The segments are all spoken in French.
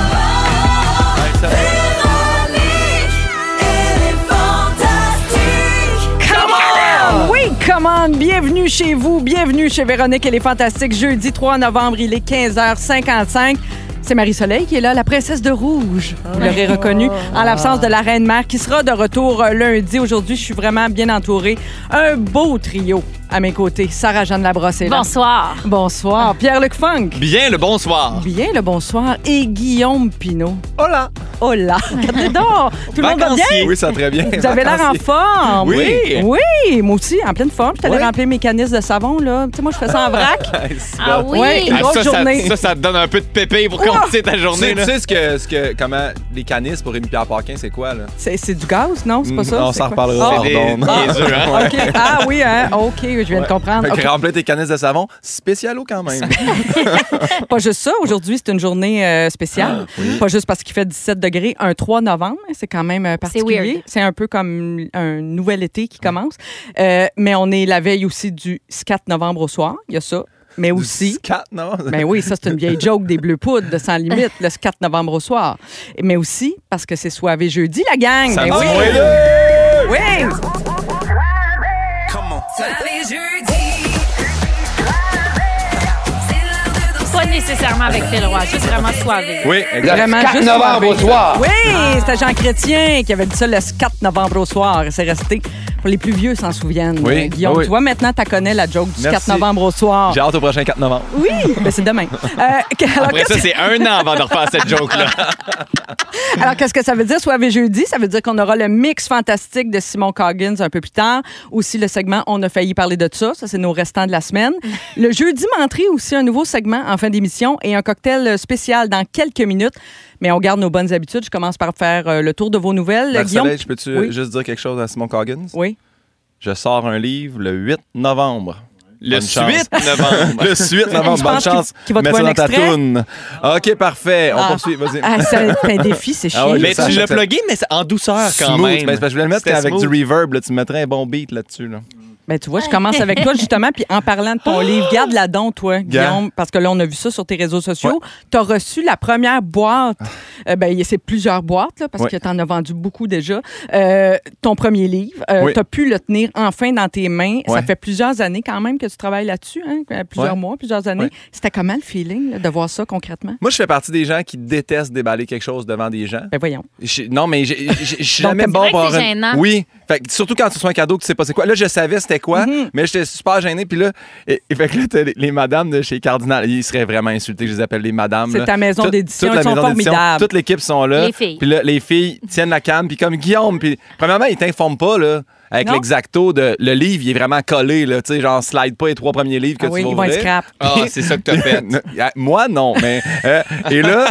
Ouais, ça- Oui, commande, bienvenue chez vous, bienvenue chez Véronique et les Fantastiques. Jeudi 3 novembre, il est 15h55. C'est Marie-Soleil qui est là, la princesse de rouge, vous l'aurez reconnue, en l'absence de la reine-mère qui sera de retour euh, lundi. Aujourd'hui, je suis vraiment bien entourée. Un beau trio à mes côtés. Sarah-Jeanne Labrosse est là. Bonsoir. Bonsoir. Pierre-Luc Funk. Bien le bonsoir. Bien le bonsoir. Et Guillaume Pinault. Hola. Hola. Regardez donc. Tout le monde va bien? Oui, ça très bien. Vous avez l'air en forme. Oui. Oui, moi aussi, en pleine forme. Je t'allais Oui. remplir mes canisses de savon, là. Tu sais, moi, je fais ça en vrac. Ah oui? Ouais, une Ah, grosse ça, ça, journée. Ah! ça, ça te donne un peu de pépé pour commencer ta Tu sais, journée. tu là. sais ce que, ce que, comment les canisses pour Rémi-Pierre Paquin, c'est quoi, là? C'est, c'est du gaz, non? C'est pas ça? Mm, on C'est s'en quoi? reparlera. C'est des- Pardon. des œufs, hein? Ah, OK. Ah oui, hein? OK, je viens de comprendre. Fait que Ah, OK. remplir tes canisses de savon, spécialo quand même. Pas juste ça. Aujourd'hui, c'est une journée euh, spéciale. Ah, Pas juste parce qu'il fait 17 degrés un 3 novembre. hein, C'est quand même euh, particulier. weird. C'est un peu comme un nouvel été qui commence. Euh, mais on est la veille aussi du 4 novembre au soir. Il y a ça. Mais aussi. Quatre, non? Ben oui, ça, c'est une vieille joke des Bleus Poudres de Sans Limite, le 4 novembre au soir. Mais aussi parce que c'est soivé jeudi, la gang. Ça Ben me oui. dit, oui. oui. Pas nécessairement avec Phil Roy, juste vraiment soivé. Oui, exact. Vraiment 4 juste novembre soivé. au soir. Oui, c'était Jean Chrétien qui avait dit ça le 4 novembre au soir. Et c'est resté. Pour les plus vieux s'en souviennent. Oui. Euh, Guillaume, Ah oui. tu vois, maintenant, tu connais la joke du Merci. 4 novembre au soir. J'ai hâte au prochain 4 novembre. Oui, mais c'est demain. Euh, que- alors, Après qu'est-ce ça, c'est un an avant de refaire cette joke-là. Ah! Alors, qu'est-ce que ça veut dire, soirée jeudi? Ça veut dire qu'on aura le mix fantastique de Simon Coggins un peu plus tard. Aussi, le segment On a failli parler de ça. Ça, c'est nos restants de la semaine. Le jeudi mentré, aussi, un nouveau segment en fin d'émission et un cocktail euh, spécial dans quelques minutes. Mais on garde nos bonnes habitudes. Je commence par faire euh, le tour de vos nouvelles. Marc-Soleil, je peux-tu Oui. juste dire quelque chose à Simon Coggins? Oui. Je sors un livre le 8 novembre. Le Bonne chance. 8 novembre. Le 8 Je novembre, bonne pense qu'il- chance. qu'il va te Mets faire ça un dans ta extrait. toune. OK, parfait. On Ah. poursuit. Vas-y. Ah, c'est c'est un défi, c'est chiant. Ah ouais, Mais ça, tu l'as j'accepte. plugué, mais c'est en douceur quand Smooth. même. Ben, c'est parce que je voulais le mettre C'était avec smooth. du reverb. là, tu me mettrais un bon beat là-dessus. Là. Ben, tu vois, je commence avec toi, justement, puis en parlant de ton livre, garde la don, toi, Guillaume, parce que là, on a vu ça sur tes réseaux sociaux. Tu as reçu la première boîte. Euh, ben, y- c'est plusieurs boîtes, là, parce Ah. Ouais. que tu en as vendu beaucoup déjà. Euh, ton premier livre, Oui. tu as pu le tenir enfin dans tes mains. Ça Ouais. fait plusieurs années quand même que tu travailles là-dessus, hein, plusieurs Ouais. mois, plusieurs années. Ouais. C'était comment le feeling là, de voir ça concrètement? Moi, je fais partie des gens qui détestent déballer quelque chose devant des gens. Ben voyons. Je- non, mais j'ai- j'ai- je suis Donc, jamais t'aimes bon bien pour. que c'est avoir une- gênant. Oui. Fait que surtout quand tu reçois un cadeau que tu sais pas c'est quoi. Là, je savais c'était quoi, Mhm. mais j'étais super gêné. Puis là, et, et fait que là, t'as les, les madames de chez Cardinal, ils seraient vraiment insultés que je les appelle les madames. C'est là. ta maison Toute- d'édition, toute la ils sont maison d'édition, formidables. Toute l'équipe sont là. Les filles. Puis là, les filles tiennent la cam. Puis comme Guillaume, puis premièrement, ils t'informent pas, là. Avec Non. l'exacto de le livre, il est vraiment collé, là. Tu sais, genre, slide pas les trois premiers livres que Ah oui, tu vas ils vont être ouvrir. scrap. Ah, c'est ça que t'as fait. Euh, Moi, non, mais. euh, et là,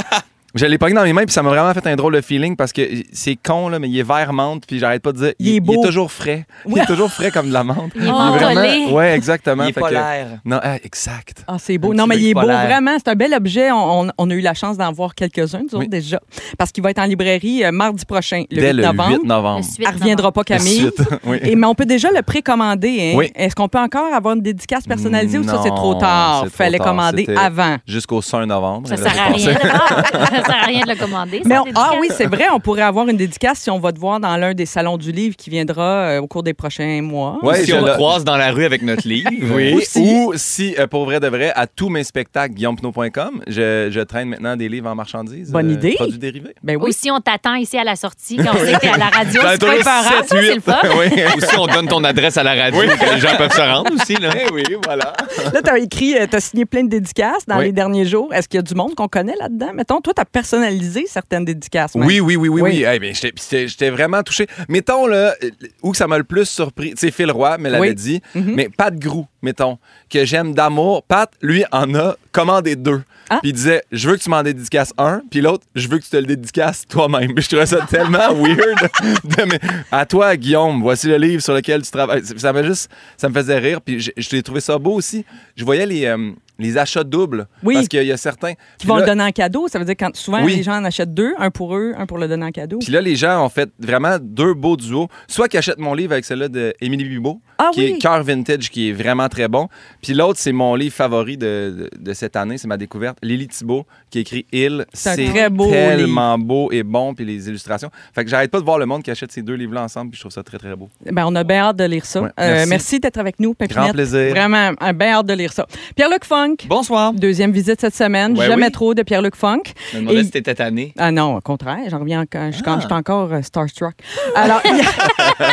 je l'ai pogné dans mes mains, puis ça m'a vraiment fait un drôle de feeling parce que c'est con, là, mais il est vert menthe, puis j'arrête pas de dire. Il est beau. est toujours frais. Oui. Il est toujours frais comme de la menthe. Il est Il est mentholé. vraiment- Ouais, exactement. Il est Fait que- polaire. Non, ah, exact. Ah, c'est beau. Un Non, petit mais il est beau, bipolaire. vraiment. C'est un bel objet. On, on- on a eu la chance d'en voir quelques-uns, nous autres, Oui. déjà. Parce qu'il va être en librairie euh, mardi prochain, le Dès 8 novembre. le 8 novembre. Le 8 Elle reviendra pas, Camille. Suite. Oui. Et, mais on peut déjà le précommander. hein. Oui. Est-ce qu'on peut encore avoir une dédicace personnalisée ou ça, c'est Non, trop tard? c'est trop Fallait tard. commander C'était avant. Jusqu'au 5 novembre. Ça Là, sert à c'est rien. passé. ça sert à rien de le commander. Mais ça, on- c'est ah délicat. oui, c'est vrai, on pourrait avoir une dédicace si on va te voir dans l'un des salons du livre qui viendra euh, au cours des prochains mois. Ouais, si je on l'ai- te croise dans la rue avec notre livre. Oui. Ou si- Ou si, euh, pour vrai de vrai, à tous mes spectacles, guillaumepinot.com, je, je traîne maintenant des livres en marchandises. euh, Bonne idée. Produits dérivés. Ben Ou oui. si on t'attend ici à la sortie quand on sait que t'es à la radio, Dans c'est pas les épeurant, ça, c'est le fun. Oui. Ou si on donne ton adresse à la radio, que les gens peuvent se rendre aussi. Là. oui, voilà. Là, tu as écrit, tu as signé plein de dédicaces dans Oui. les derniers jours. Est-ce qu'il y a du monde qu'on connaît là-dedans? Mettons, toi, tu as personnaliser certaines dédicaces. même. Oui, oui, oui, oui, Oui. oui. Hey, mais j'étais- puis c'était- J'étais vraiment touché. Mettons, là, euh, où que ça m'a le plus surpris, tu sais, Phil Roy me l'avait Oui. Mm-hmm. dit, mais Pat Grou, mettons, que j'aime d'amour. Pat, lui, en a commandé deux. Ah. Puis il disait, je veux que tu m'en dédicaces un, puis l'autre, je veux que tu te le dédicaces toi-même. Puis je trouvais ça tellement weird. de me- à toi, Guillaume, voici le livre sur lequel tu travailles. Ça m'a juste, ça me faisait rire. Puis je, je t'ai trouvé ça beau aussi. Je voyais les, euh, les achats doubles. Oui. Parce qu'il y a certains. Qui vont le donner en cadeau. Ça veut dire que souvent, Oui. les gens en achètent deux, un pour eux, un pour le donner en cadeau. Puis là, les gens ont fait vraiment deux beaux duos. Soit qu'ils achètent mon livre avec celui-là d'Émilie Bibo, Ah qui oui. est Cœur Vintage, qui est vraiment très bon. Puis l'autre, c'est mon livre favori de, de- de cette année, c'est ma découverte, Lily Thibault, qui écrit Il. C'est un très beau tellement beau et bon, puis les illustrations. Fait que j'arrête pas de voir le monde qui achète ces deux livres-là ensemble, puis je trouve ça très, très beau. Ben, on a bien hâte de lire ça. Ouais, Euh, merci merci. d'être avec nous, Pépinette. Grand plaisir. Vraiment, euh, bien hâte de lire ça. Pierre-Luc Funk. Bonsoir. Deuxième visite cette semaine. Ouais, Jamais oui. trop de Pierre-Luc Funk. Je me demandais Et- si t'étais tanné. Ah non, au contraire, j'en reviens quand, je- quand Ah. je suis encore euh, starstruck. Alors, hier,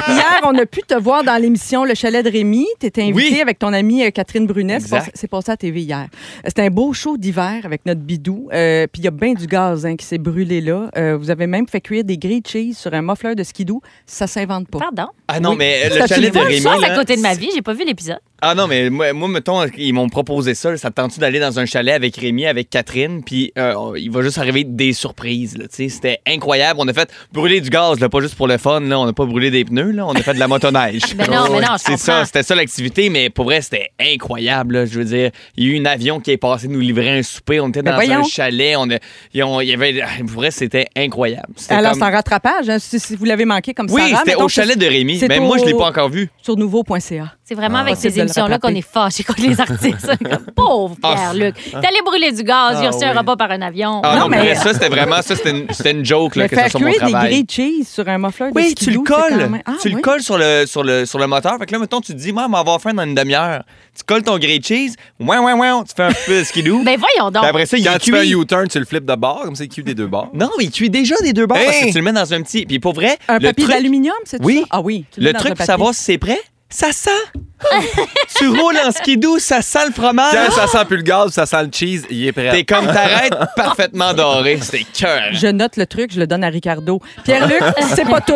hier, on a pu te voir dans l'émission Le Chalet de Rémi. Tu étais invitée Oui. avec ton amie euh, Catherine Brunet. C'est Exact. passé- C'est passé à TV hier. Euh, C'était un beau show d'hiver avec notre bidou. Euh, Puis il y a bien du gaz hein, qui s'est brûlé là. Euh, vous avez même fait cuire des grilles cheese sur un muffler de skidou. Ça s'invente pas. Pardon? Ah non, Oui. mais Ça, le tu le chalet de vois, Rémi. Ça, c'est à là, côté de ma vie. J'ai pas vu l'épisode. Ah non, mais moi, moi, mettons, ils m'ont proposé ça. là. Ça te tente-tu d'aller dans un chalet avec Rémi, avec Catherine? Puis euh, on- il va juste arriver des surprises. là, tu sais. C'était incroyable. On a fait brûler du gaz, là, pas juste pour le fun. Là. On n'a pas brûlé des pneus. Là. On a fait de la motoneige. Ben non, mais non, je C'est comprends. ça, c'était ça l'activité. Mais pour vrai, c'était incroyable. là. Je veux dire, il y a eu un avion qui est passé nous livrer un souper. On était Ben dans voyons. un chalet. On a- ils ont- il y avait, ah, pour vrai, c'était incroyable. C'était Alors, comme- c'est un rattrapage. hein, si, si vous l'avez manqué comme ça. Oui, c'était au chalet de Rémi. c'est Mais moi, je ne l'ai au- pas encore vu. Sur nouveau.ca. C'est vraiment avec Impossible de ces le émissions-là qu'on rattraper. est fâchés contre les artistes. Comme, Pauvre Ah, Pierre-Luc. T'es allé brûler du gaz, il a reçu un repas par un avion. Ah Non, non, mais- mais... ça, c'était vraiment ça, c'était une, c'était une joke là, Mais que ça faire soit mon cuire des travail. grilled cheese sur un muffler de Oui, tu le skidoo, c'est quand colles. même- Ah, tu le oui. colles sur le, sur, le, sur le moteur. Fait que là, mettons, tu te dis, moi, m'avoir faim dans une demi-heure. Tu colles ton grilled cheese. Ouais, ouais, ouais. Tu fais un peu de skidoo. Ben voyons donc. Puis après ça, il Quand est tu fais un cuit. U-turn, tu le flippes de bord, comme ça, il cuit des deux bords. Non, il cuit déjà des deux bords. Hey! Parce que tu le mets dans un petit. Puis pour vrai, Un le papier truc, d'aluminium, c'est Oui. ça? Ah oui. tu mets le dans truc un pour papier. savoir si c'est prêt, ça sent. tu roules en skidoo, ça sent le fromage. Quand ça sent plus le gaz, ça sent le cheese, il est prêt. T'es comme t'arrêtes parfaitement doré. C'est cœur. Je note le truc, je le donne à Ricardo. Pierre-Luc, c'est pas tout.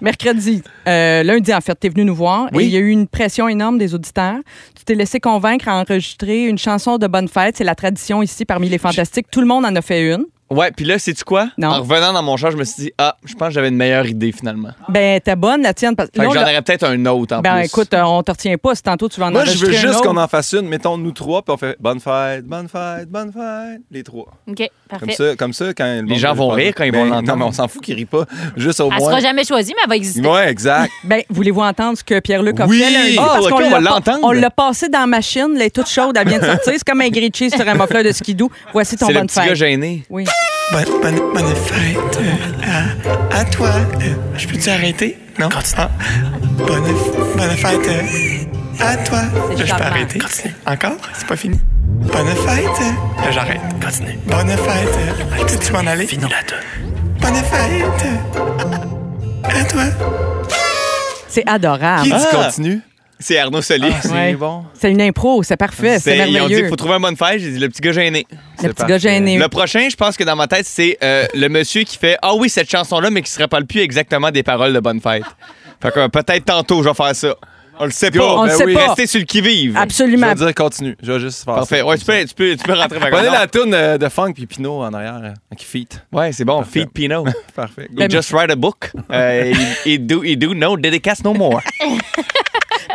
Mercredi, euh, lundi en fait, t'es venu nous voir Oui. et il y a eu une pression énorme des auditeurs. Tu t'es laissé convaincre à enregistrer une chanson de bonne fête. C'est la tradition ici parmi les fantastiques. Tout le monde en a fait une. Ouais, puis là, sais-tu quoi? Non. En revenant dans mon char, je me suis dit, ah, je pense que j'avais une meilleure idée finalement. Ben, t'es bonne, la tienne. Parce... Fait là, que on j'en l'a- aurais peut-être un autre en ben, plus. écoute, euh, on te retient pas. Si tantôt tu vas en Moi, je veux enregistrer un juste autre. qu'on en fasse une. Mettons, nous trois, puis on fait bonne fête, bonne fête, bonne fête, les trois. Comme OK, parfait. ça, comme ça, quand le monde- Ben, gens vont rire quand ils vont l'entendre. Non, mais on s'en fout qu'ils rient pas. Juste au Elle moins. sera jamais choisie, mais elle va exister. Ouais, exact. Ben, voulez-vous entendre ce que Pierre-Luc a Oui! fait lundi? Ah, ok, qu'on on l'a va pas- l'entendre. On l'a passé dans la machine, elle est toute chaude, elle vient de sortir. C'est comme un grilled cheese sur un muffler de skidoo. Voici ton C'est le bonne petit gars fête. gêné. Oui. Bonne, bonne, bonne fête euh, à, à toi. Euh, Je peux-tu arrêter? Non? Ah. Bonne, bonne fête euh, à toi. Là, je peux charmant. arrêter. Continue. Encore? C'est pas fini. Bonne fête. euh, Là, j'arrête. Continue. Bonne fête. euh, Peux-tu m'en aller? Finis la tonne. Bonne fête euh, à, à toi. C'est adorable. Qui dit Ah. continue? C'est Arnaud Soli. C'est Ouais. bon. Ah, C'est une impro, c'est parfait, c'est ils ont dit merveilleux. qu'il faut trouver un bonne fête. J'ai dit le petit gars gêné. Le petit gars gêné. Le prochain, je pense que dans ma tête, c'est euh, le monsieur qui fait Ah oui, cette chanson-là, mais qui se rappelle plus exactement des paroles de bonne fête. Fait que euh, peut-être tantôt, je vais faire ça. On le sait pas. Ben On le sait pas. Restez sur le qui-vive. Je Absolument. vais dire continue. Je vais juste faire Parfait. Ouais, tu peux, tu peux, tu peux rentrer ça. par Prenez la toune euh, de Funk puis Pinot en arrière euh, qui feat. Ouais, c'est bon. Feed Pinot. Parfait. Go. Ben, He just write a book. Euh, he, he do, he do no dédicace no more.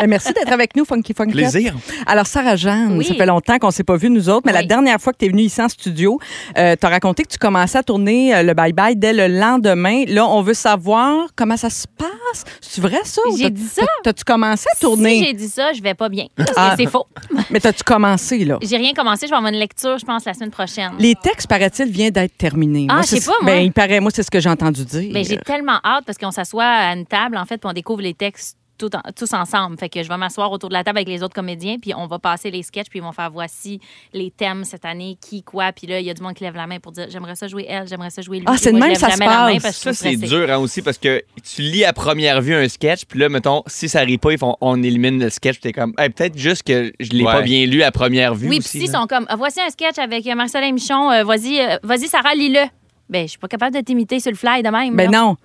Euh, Merci d'être avec nous, Funky Funky. Plaisir. Alors, Sarah-Jeanne, Oui. ça fait longtemps qu'on s'est pas vus, nous autres, mais la Oui. dernière fois que tu es venue ici en studio, euh, tu as raconté que tu commençais à tourner euh, le bye-bye dès le lendemain. Là, on veut savoir comment ça se passe. C'est vrai, ça? ou J'ai t'as- dit ça. t'as- T'as-tu commencé à Si tourner? j'ai dit ça, je vais pas bien. Parce que Ah. c'est faux. mais t'as-tu commencé, là? J'ai rien commencé. Je vais avoir une lecture, je pense, la semaine prochaine. Les textes, paraît-il, viennent d'être terminés. Ah, Moi, je sais c'est- pas, moi. Ben, il paraît, moi, c'est ce que j'ai entendu dire. Ben, j'ai tellement hâte parce qu'on s'assoit à une table, en fait, puis on découvre les textes tout en- tous ensemble. Fait que je vais m'asseoir autour de la table avec les autres comédiens, puis on va passer les sketchs, puis ils vont faire voici les thèmes cette année, qui, quoi. Puis là, il y a du monde qui lève la main pour dire j'aimerais ça jouer elle, j'aimerais ça jouer lui. Ah, Puis c'est moi, de je même lève ça se jamais la main passe. parce que Ça, je suis c'est stressée. dur hein, aussi parce que tu lis à première vue un sketch, puis là, mettons, si ça rit pas, ils font on élimine le sketch, puis t'es comme, Hey, peut-être juste que je l'ai Ouais. pas bien lu à première vue. Oui, puis aussi, s'ils là. sont comme Ah, voici un sketch avec euh, Marcelin Michon, euh, vas-y, euh, vas-y, Sarah, lis-le. Ben, je suis pas capable de t'imiter sur le fly de même. Mais Ben, là. non.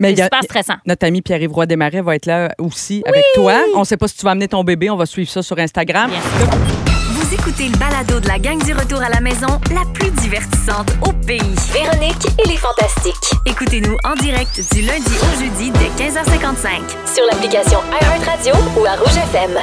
Mais C'est il y a- super stressant. Notre ami Pierre-Yves Roy Desmarais va être là aussi avec toi. On ne sait pas si tu vas amener ton bébé. On va suivre ça sur Instagram. Yes. Vous écoutez le balado de la gang du retour à la maison, la plus divertissante au pays. Véronique et les Fantastiques. Écoutez-nous en direct du lundi au jeudi dès 15h55. Sur l'application iHeartRadio ou à Rouge FM.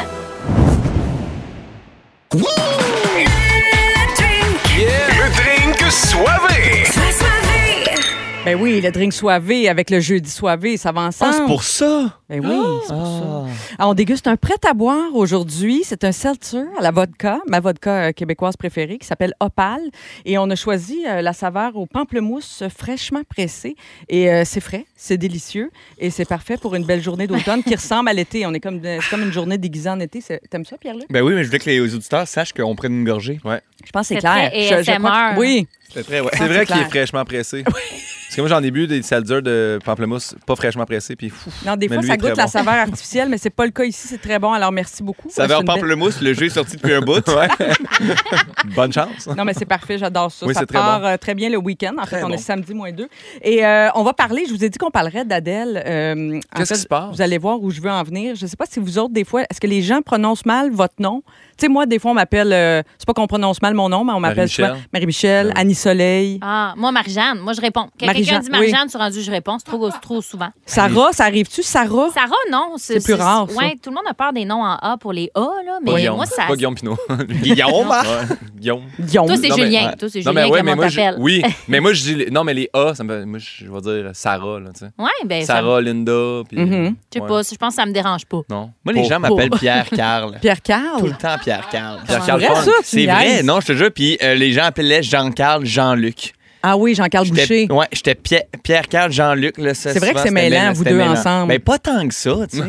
Ben oui, le drink soivé avec le jeudi soivé, ça va ensemble. Ah, c'est pour ça. Ben oui, c'est pour ça. Ah, on déguste un prêt à boire aujourd'hui. C'est un seltzer à la vodka, ma vodka euh, québécoise préférée, qui s'appelle Opal. Et on a choisi euh, la saveur au pamplemousse fraîchement pressé. Et euh, c'est frais, c'est délicieux et c'est parfait pour une belle journée d'automne qui ressemble à l'été. On est comme, euh, c'est comme une journée déguisée en été. C'est- T'aimes ça, Pierre-Luc? Ben oui, mais je voulais que les auditeurs sachent qu'on prenne une gorgée. Je pense que c'est C'est clair. très Je- je crois que- ASMR. oui. C'est très, ouais. Ah, C'est c'est vrai qu'il clair. est fraîchement pressé. Parce que moi, j'en ai bu des salsures de pamplemousse pas fraîchement pressées, puis fou. Non, des Mais fois, lui ça est très goûte la bon. saveur artificielle, mais c'est pas le cas ici. C'est très bon. Alors, merci beaucoup. Saveur C'est une belle- pamplemousse, le jeu est sorti depuis un bout. Ouais. Ah. Bonne chance. Non, mais c'est parfait, j'adore ça. Oui, ça c'est très part bon. euh, très bien le week-end. En fait, Très on est bon. samedi moins deux. Et euh, on va parler, je vous ai dit qu'on parlerait d'Adèle. Euh, en Qu'est-ce fait, qui se passe? Vous allez voir où je veux en venir. Je ne sais pas si vous autres, des fois, est-ce que les gens prononcent mal votre nom? Tu sais, moi, des fois, on m'appelle, euh, c'est pas qu'on prononce mal mon nom, mais on m'appelle Marie-Michel. Ben souvent Marie-Michel, Annie Soleil. Ah, moi, Marie-Jeanne, moi, je réponds. Quand Marie-Jeanne, quelqu'un dit Marie-Jeanne, tu es rendu, je réponds. C'est trop, trop souvent. Sarah, ça arrive-tu, Sarah? Sarah, non. C'est plus rare, ça. Ouais, tout le monde a peur des noms en A pour les A, là. Mais Pas Guillaume. moi, ça. Pas Guillaume Pinot. Guillaume, hein? Ouais, Guillaume. Guillaume. Toi, c'est Non, mais- Julien. ouais. Toi, c'est Non, Julien mais ouais, mais comment moi, t'appelles. je, oui, mais moi, je dis. les- Non, mais les A, ça me- moi, je je vais dire Sarah, là, tu sais. Ouais, ben, ça- Sarah, Linda, puis. Mhm. Je sais ouais. pas, je pense que ça me dérange pas. Non. Moi, les gens m'appellent Pierre Carl. Pierre Tout le Carl. temps Pierre Carl. Pierre C'est Carl vrai, Funk. ça? tu C'est niaises. vrai, non, je te jure. Puis euh, les gens appelaient Jean-Carl Jean-Luc. Ah oui, Jean-Carl Boucher. J'étais- Ouais, j'étais Pierre, Pierre Carl Jean-Luc. là, ça, C'est vrai que souvent, c'est c'était mêlant, mêl- vous c'était deux mêlant. ensemble. Mais pas tant que ça, tu sais.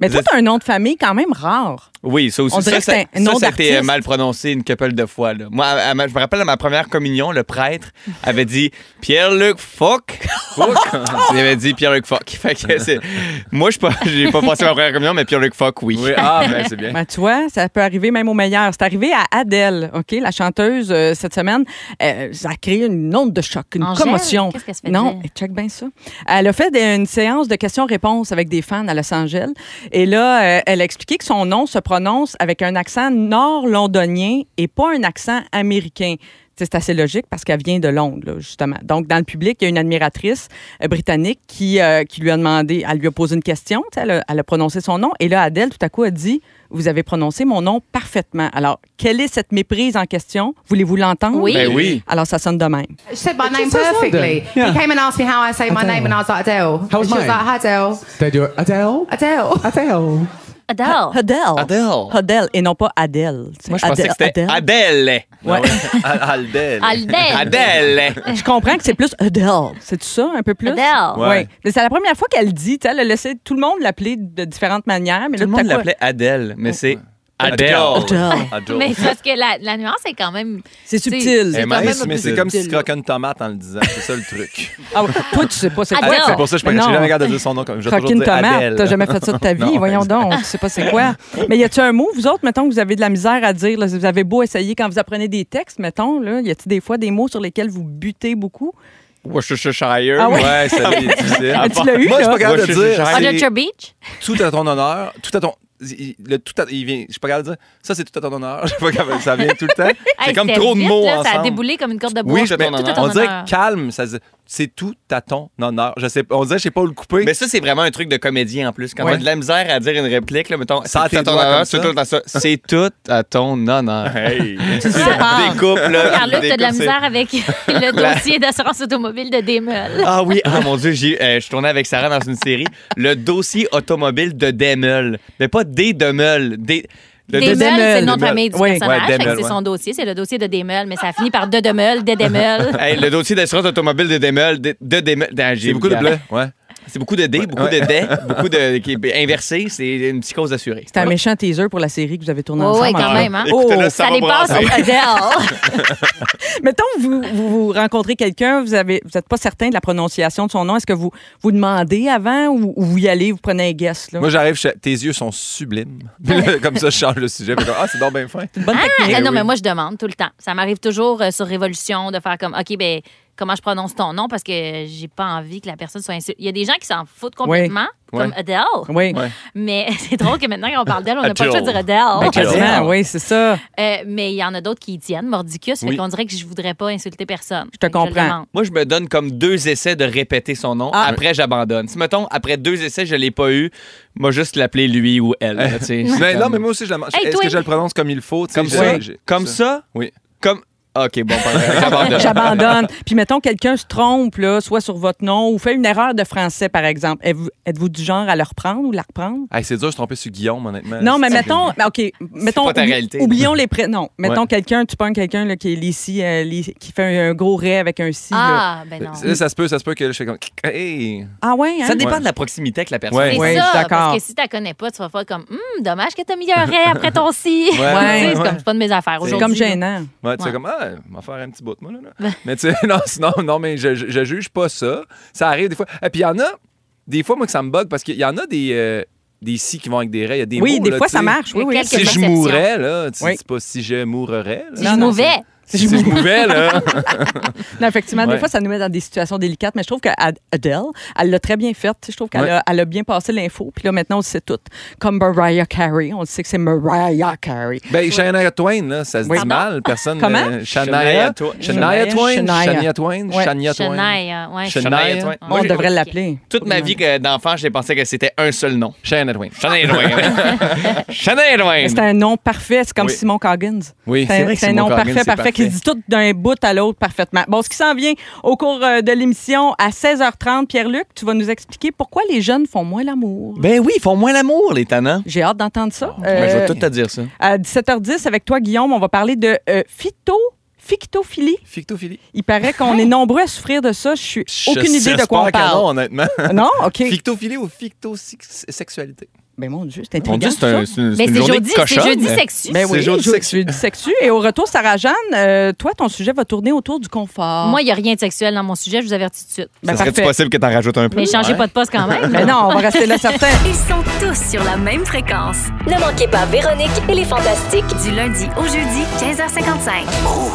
Mais toi, t'as un nom de famille quand même rare. Oui, ça aussi. On dirait que ça, c'est ça- un nom ça, ça a été, euh, d'artiste. mal prononcé une couple de fois. là. Moi, à- à ma- je me rappelle à ma première communion, le prêtre avait dit Pierre-Luc Fuck. Il avait dit Pierre-Luc Fuck. Fait que c'est- Moi, je n'ai pas passé ma première communion, mais Pierre-Luc Fuck, oui. Oui, ah, ben, c'est bien. Ben, tu vois, ça peut arriver même au meilleur. C'est arrivé à Adèle, OK, la chanteuse, euh, cette semaine. Euh, ça a créé une onde de choc, une Angèle, commotion. qu'est-ce qu'elle se fait non, dire? eh, check bien ça. Elle a fait des- une séance de questions-réponses avec des fans à Los Angeles. Et là, euh, elle a expliqué que son nom se prononce avec un accent nord-londonien et pas un accent américain. Tu sais, C'est assez logique parce qu'elle vient de Londres, là, justement. Donc, dans le public, il y a une admiratrice euh, britannique qui, euh, qui lui a demandé, elle lui a posé une question, tu sais, elle a, elle a prononcé son nom. Et là, Adèle, tout à coup, a dit Vous avez prononcé mon nom parfaitement. Alors, quelle est cette méprise en question Voulez-vous l'entendre Oui. Ben oui. Alors, ça sonne de même. She said my name just sounds perfectly. London. Yeah. He came and asked me how I say my name, and I was like Adele. How was and she was mine? like "Hi, Adele. They do it. Adele? Adele. Adele. Adele. Adèle. Adèle. Adèle et non pas Adèle. Moi, je pensais que c'était Adèle. Ah, Adèle. Ah ouais. Al- Aldel. Adele. Adèle. Je comprends que c'est plus Adele. C'est tout ça, un peu plus? Adele. Oui. Ouais. Mais c'est la première fois qu'elle dit. tu sais, Elle a laissé tout le monde l'appeler de différentes manières. Mais Tout le là, monde à coup, l'appelait Adèle, Oh. mais c'est Adèle. Adele. Adele. Mais parce que la, la nuance est quand même. C'est subtil. C'est Eh, mince, quand même mais c'est plus comme si tu subtil. croquais une tomate en le disant. C'est ça le truc. Ah ouais. Toi, tu sais pas c'est Adele. quoi. Ah, C'est pour ça que je Mais n'ai non. jamais regardé de son nom comme je vais toujours Croquer une dire tomate, Adèle. t'as jamais fait ça de ta vie, Non, voyons exact. donc, tu sais pas c'est quoi. Mais y a-tu un mot, vous autres, mettons, que vous avez de la misère à dire, là, vous avez beau essayer quand vous apprenez des textes, mettons, là, y a-tu des fois des mots sur lesquels vous butez beaucoup? Worcestershire. Ah ouais? Ouais, ça est difficile. Ah, tu l'as eu, Moi, je suis là? pas capable de Moi, je- dire. je- c'est- Adventure Beach. tout à ton honneur, tout à ton. il- Le tout à, il vient, je suis pas capable de dire ça, c'est tout à ton honneur. Je suis pas capable, ça vient tout le temps. C'est Hey, comme c'était trop de vite, mots là, ensemble. Ça a déboulé comme une corde de bois. Oui, Tout je à ton m'en- honneur. On dirait calme, ça se dit, c'est tout à ton honneur. Je sais, pas- on dirait, je sais pas où le couper. Mais ça, c'est vraiment un truc de comédien en plus. Quand Ouais. t'as de la misère à dire une réplique, là, mettons, c'est Ça a tout tes à ton doigts honneur, comme c'est ça. tout à ça. C'est tout à ton honneur. Hey. Tu te découpes, là. Carlo, tu t'as de la découpes, c'est- misère avec le dossier d'assurance automobile de Démeul. Ah oui, ah mon Dieu, j'ai, euh, je tournais avec Sarah dans une série, le dossier automobile de Demel. Mais pas des Demel, des... Le Démeul, dossier- c'est le nom de Démeul. famille du Oui. personnage. Ouais, fait que Démeul, c'est ouais. son dossier, c'est le dossier de Démeul, mais ça finit par de Demeul, de Démeul. Hey, le dossier d'assurance automobile de Demel, de, de Demel. Ah, j'ai- C'est beaucoup de bleu. Ouais. C'est beaucoup de D, beaucoup de D, beaucoup de qui est inversé, c'est une psychose assurée. C'est un méchant teaser pour la série que vous avez tournée Oui, ensemble. oui, quand en fait. même. Hein? Oh, Écoutez-le, ça ça va les passe brasser. au Adele. Mettons, vous, vous, vous rencontrez quelqu'un, vous avez, vous êtes pas certain de la prononciation de son nom. Est-ce que vous vous demandez avant ou, ou vous y allez, vous prenez un guess? Là? Moi, j'arrive, je fais, tes yeux sont sublimes. Puis là, comme ça, je change le sujet. Puis comme, ah, c'est donc bien fin. C'est une bonne technique. Ah, non, oui. mais moi, je demande tout le temps. Ça m'arrive toujours euh, sur Révolution de faire comme, OK, ben comment je prononce ton nom parce que j'ai pas envie que la personne soit insultée. Il y a des gens qui s'en foutent complètement, Ouais. comme Adele. Oui. Ouais. Mais c'est drôle que maintenant qu'on parle d'elle, on n'a pas le choix de dire Adele. Ben, Adele. Adele. Quasiment, oui, c'est ça. Euh, mais il y en a d'autres qui y tiennent, mordicus. Oui. Fait qu'on dirait que je voudrais pas insulter personne. te Fait que le comprends. demande. Moi, je me donne comme deux essais de répéter son nom. Ah. Après, j'abandonne. Si, mettons, après deux essais, je l'ai pas eu, moi, juste l'appeler lui ou elle. là, tu sais. Mais non, Comme- mais moi aussi, je la... Hey, est-ce toi- que je le prononce comme il faut? tu sais, Comme j'ai- ça? j'ai- Comme ça? Oui. Comme. OK, bon, parfait, j'abandonne. J'abandonne. Puis mettons, quelqu'un se trompe, là, soit sur votre nom ou fait une erreur de français, par exemple. Êtes-vous êtes-vous du genre à le reprendre ou la reprendre? Hey, c'est dur de se tromper sur Guillaume, honnêtement. Non, mais Euh, C'est- mettons, ben, OK, mettons, pas ta oubli- réalité. oublions les prénoms. Mettons Ouais. quelqu'un, tu pognes quelqu'un là, qui est Lissi, euh, Lissi- qui fait un, un gros ré avec un si. là. Ah, ben non. Ça, ça se peut, ça se peut que je fais comme. Hey! Ah ouais, hein? Ça dépend Ouais. de la proximité avec la personne. Ouais. C'est Oui, je ça, suis d'accord. parce que si tu connais pas, tu vas faire comme Hum, dommage que t'as mis un raid après ton si. Tu sais, ouais, c'est ouais. comme c'est pas de mes affaires C'est aujourd'hui. comme gênant. Ouais, tu Ouais. fais comme, ah, m'en faire un petit bout de moi, là. là. mais tu sais, non, sinon, non, mais je, je, je juge pas ça. Ça arrive des fois. Et puis, il y en a, des fois, moi, que ça me bug parce qu'il y en a des, euh, des si qui vont avec des raies. Il y a des oui, mots, des là, fois, tu ça sais. marche. Oui, oui. Quelques- Si je Perception. mourais, là, tu Oui. dis pas si je mourrais. là. Si je mouvais. Si je mourrais, là. Non, effectivement, des Ouais. fois, ça nous met dans des situations délicates, mais je trouve qu'Adèle, elle l'a très bien faite. Je trouve qu'elle Ouais. a, elle a bien passé l'info. Puis là, maintenant, on le sait tout. Comme Mariah Carey, on le sait que c'est Mariah Carey. Ben, Shania Twain, là, ça se Oui. dit mal. Personne. Comment? euh, Shania Shania Twain. Twain. Shania Twain. Shania. Shania Twain. Ouais. Shania Twain. Chenaille, hein, ouais. Chenaille. Shania Twain. Bon, Moi, on j'ai- devrait l'appeler. Toute ma vie que d'enfant, j'ai pensé que c'était un seul nom. Shania Twain. Shania Twain. Shania Mais C'est Twain. un nom parfait. C'est comme Oui. Simon Coggins. Oui, C'est c'est un, vrai c'est un que nom Simon parfait, Coggins, c'est parfait, qui parfait. dit tout d'un bout à l'autre parfaitement. Bon, ce qui s'en vient au cours euh, de l'émission à 16h30, Pierre-Luc, tu vas nous expliquer pourquoi les jeunes font moins l'amour. Ben oui, ils font moins l'amour, les tannants. J'ai hâte d'entendre ça. Ben, je Euh, vais tout te dire ça. À 17h10, avec toi, Guillaume, on va parler de euh, phyto. Fictophilie. Fictophilie. Il paraît qu'on est nombreux à souffrir de ça. Je suis aucune Je- idée de j'espère quoi on que parle. non, honnêtement. Non? OK. Fictophilie ou fictosexualité? Ben mon Dieu, c'est On intriguant. dit c'est un- c'est une, c'est Mais une c'est journée de jeudi, c'est cochonne. jeudi sexu. Ben C'est oui, jeudi je- sexu. jeudi sexu. Et au retour, Sarah-Jeanne, euh, toi, ton sujet va tourner autour du confort. Moi, il n'y a rien de sexuel dans mon sujet, je vous avertis tout de suite. ben, Ça serait-tu parfait. possible que t'en rajoutes un peu? Mais changez pas de poste quand même. Ben non, on va rester là certain. Ils sont tous sur la même fréquence. Ne manquez pas Véronique et les Fantastiques. Du lundi au jeudi, 15h55.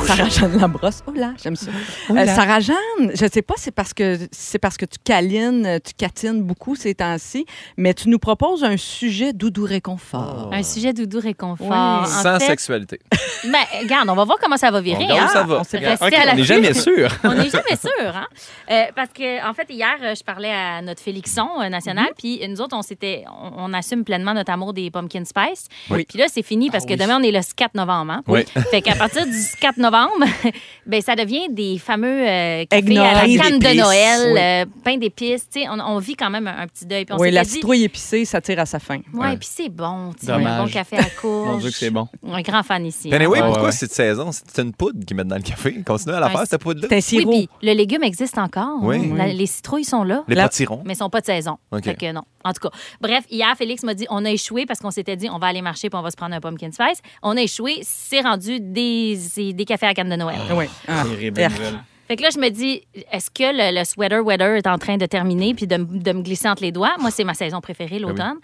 Sarah-Jeanne Labrosse. Oh là, j'aime ça. Euh, Sarah-Jeanne, je sais pas, c'est parce que c'est parce que tu câlines, euh, tu catines beaucoup ces temps-ci, mais tu nous proposes un sujet doudou réconfort. Un sujet doudou réconfort. Oui. En Sans fait, sexualité. ben, regarde, on va voir comment ça va virer. On verra où hein. ça va. on sait pas. Restez OK, à on l'affût. n'est jamais sûr. On n'est jamais sûr, hein? Euh, parce que, en fait, hier, euh, je parlais à notre Félixon euh, national, puis nous autres, on s'était, on, on assume pleinement notre amour des pumpkin spice. Oui. Puis là, c'est fini parce que demain, on est le 4 novembre. Hein? Oui. Fait qu'à partir du 4 novembre, ben ça devient des fameux euh, cafés Eggnog. à la Pain canne de d'épices, Noël, oui. euh, pain d'épices. Tu sais, on, on vit quand même un, un petit deuil. Puis on Oui, s'était la dit, citrouille épicée, ça tire à sa fin. Ouais, puis c'est bon, tu sais, un Dommage. bon café à courge. Mon Dieu que c'est bon. Un grand fan ici. Ben hein. oui, Ouais, pourquoi ouais. cette saison, c'est une poudre qu'ils mettent dans le café? Continuez à la Ouais, faire, c'est- cette poudre-là. C'est un Oui, sirop. puis le légume existe encore. Oui. hein. La- les citrouilles sont là. Les La- potirons. mais ils sont pas de saison. OK. Fait que non. En tout cas, bref, hier, Félix m'a dit on a échoué parce qu'on s'était dit on va aller marcher puis on va se prendre un pumpkin spice. On a échoué, c'est rendu des, c'est des cafés à la canne de Noël. Oui. Ah. Terrible Erf. nouvelle. Fait que là, je me dis est-ce que le, le sweater weather est en train de terminer puis de, m- de me glisser entre les doigts Moi, c'est ma saison préférée, Ben l'automne.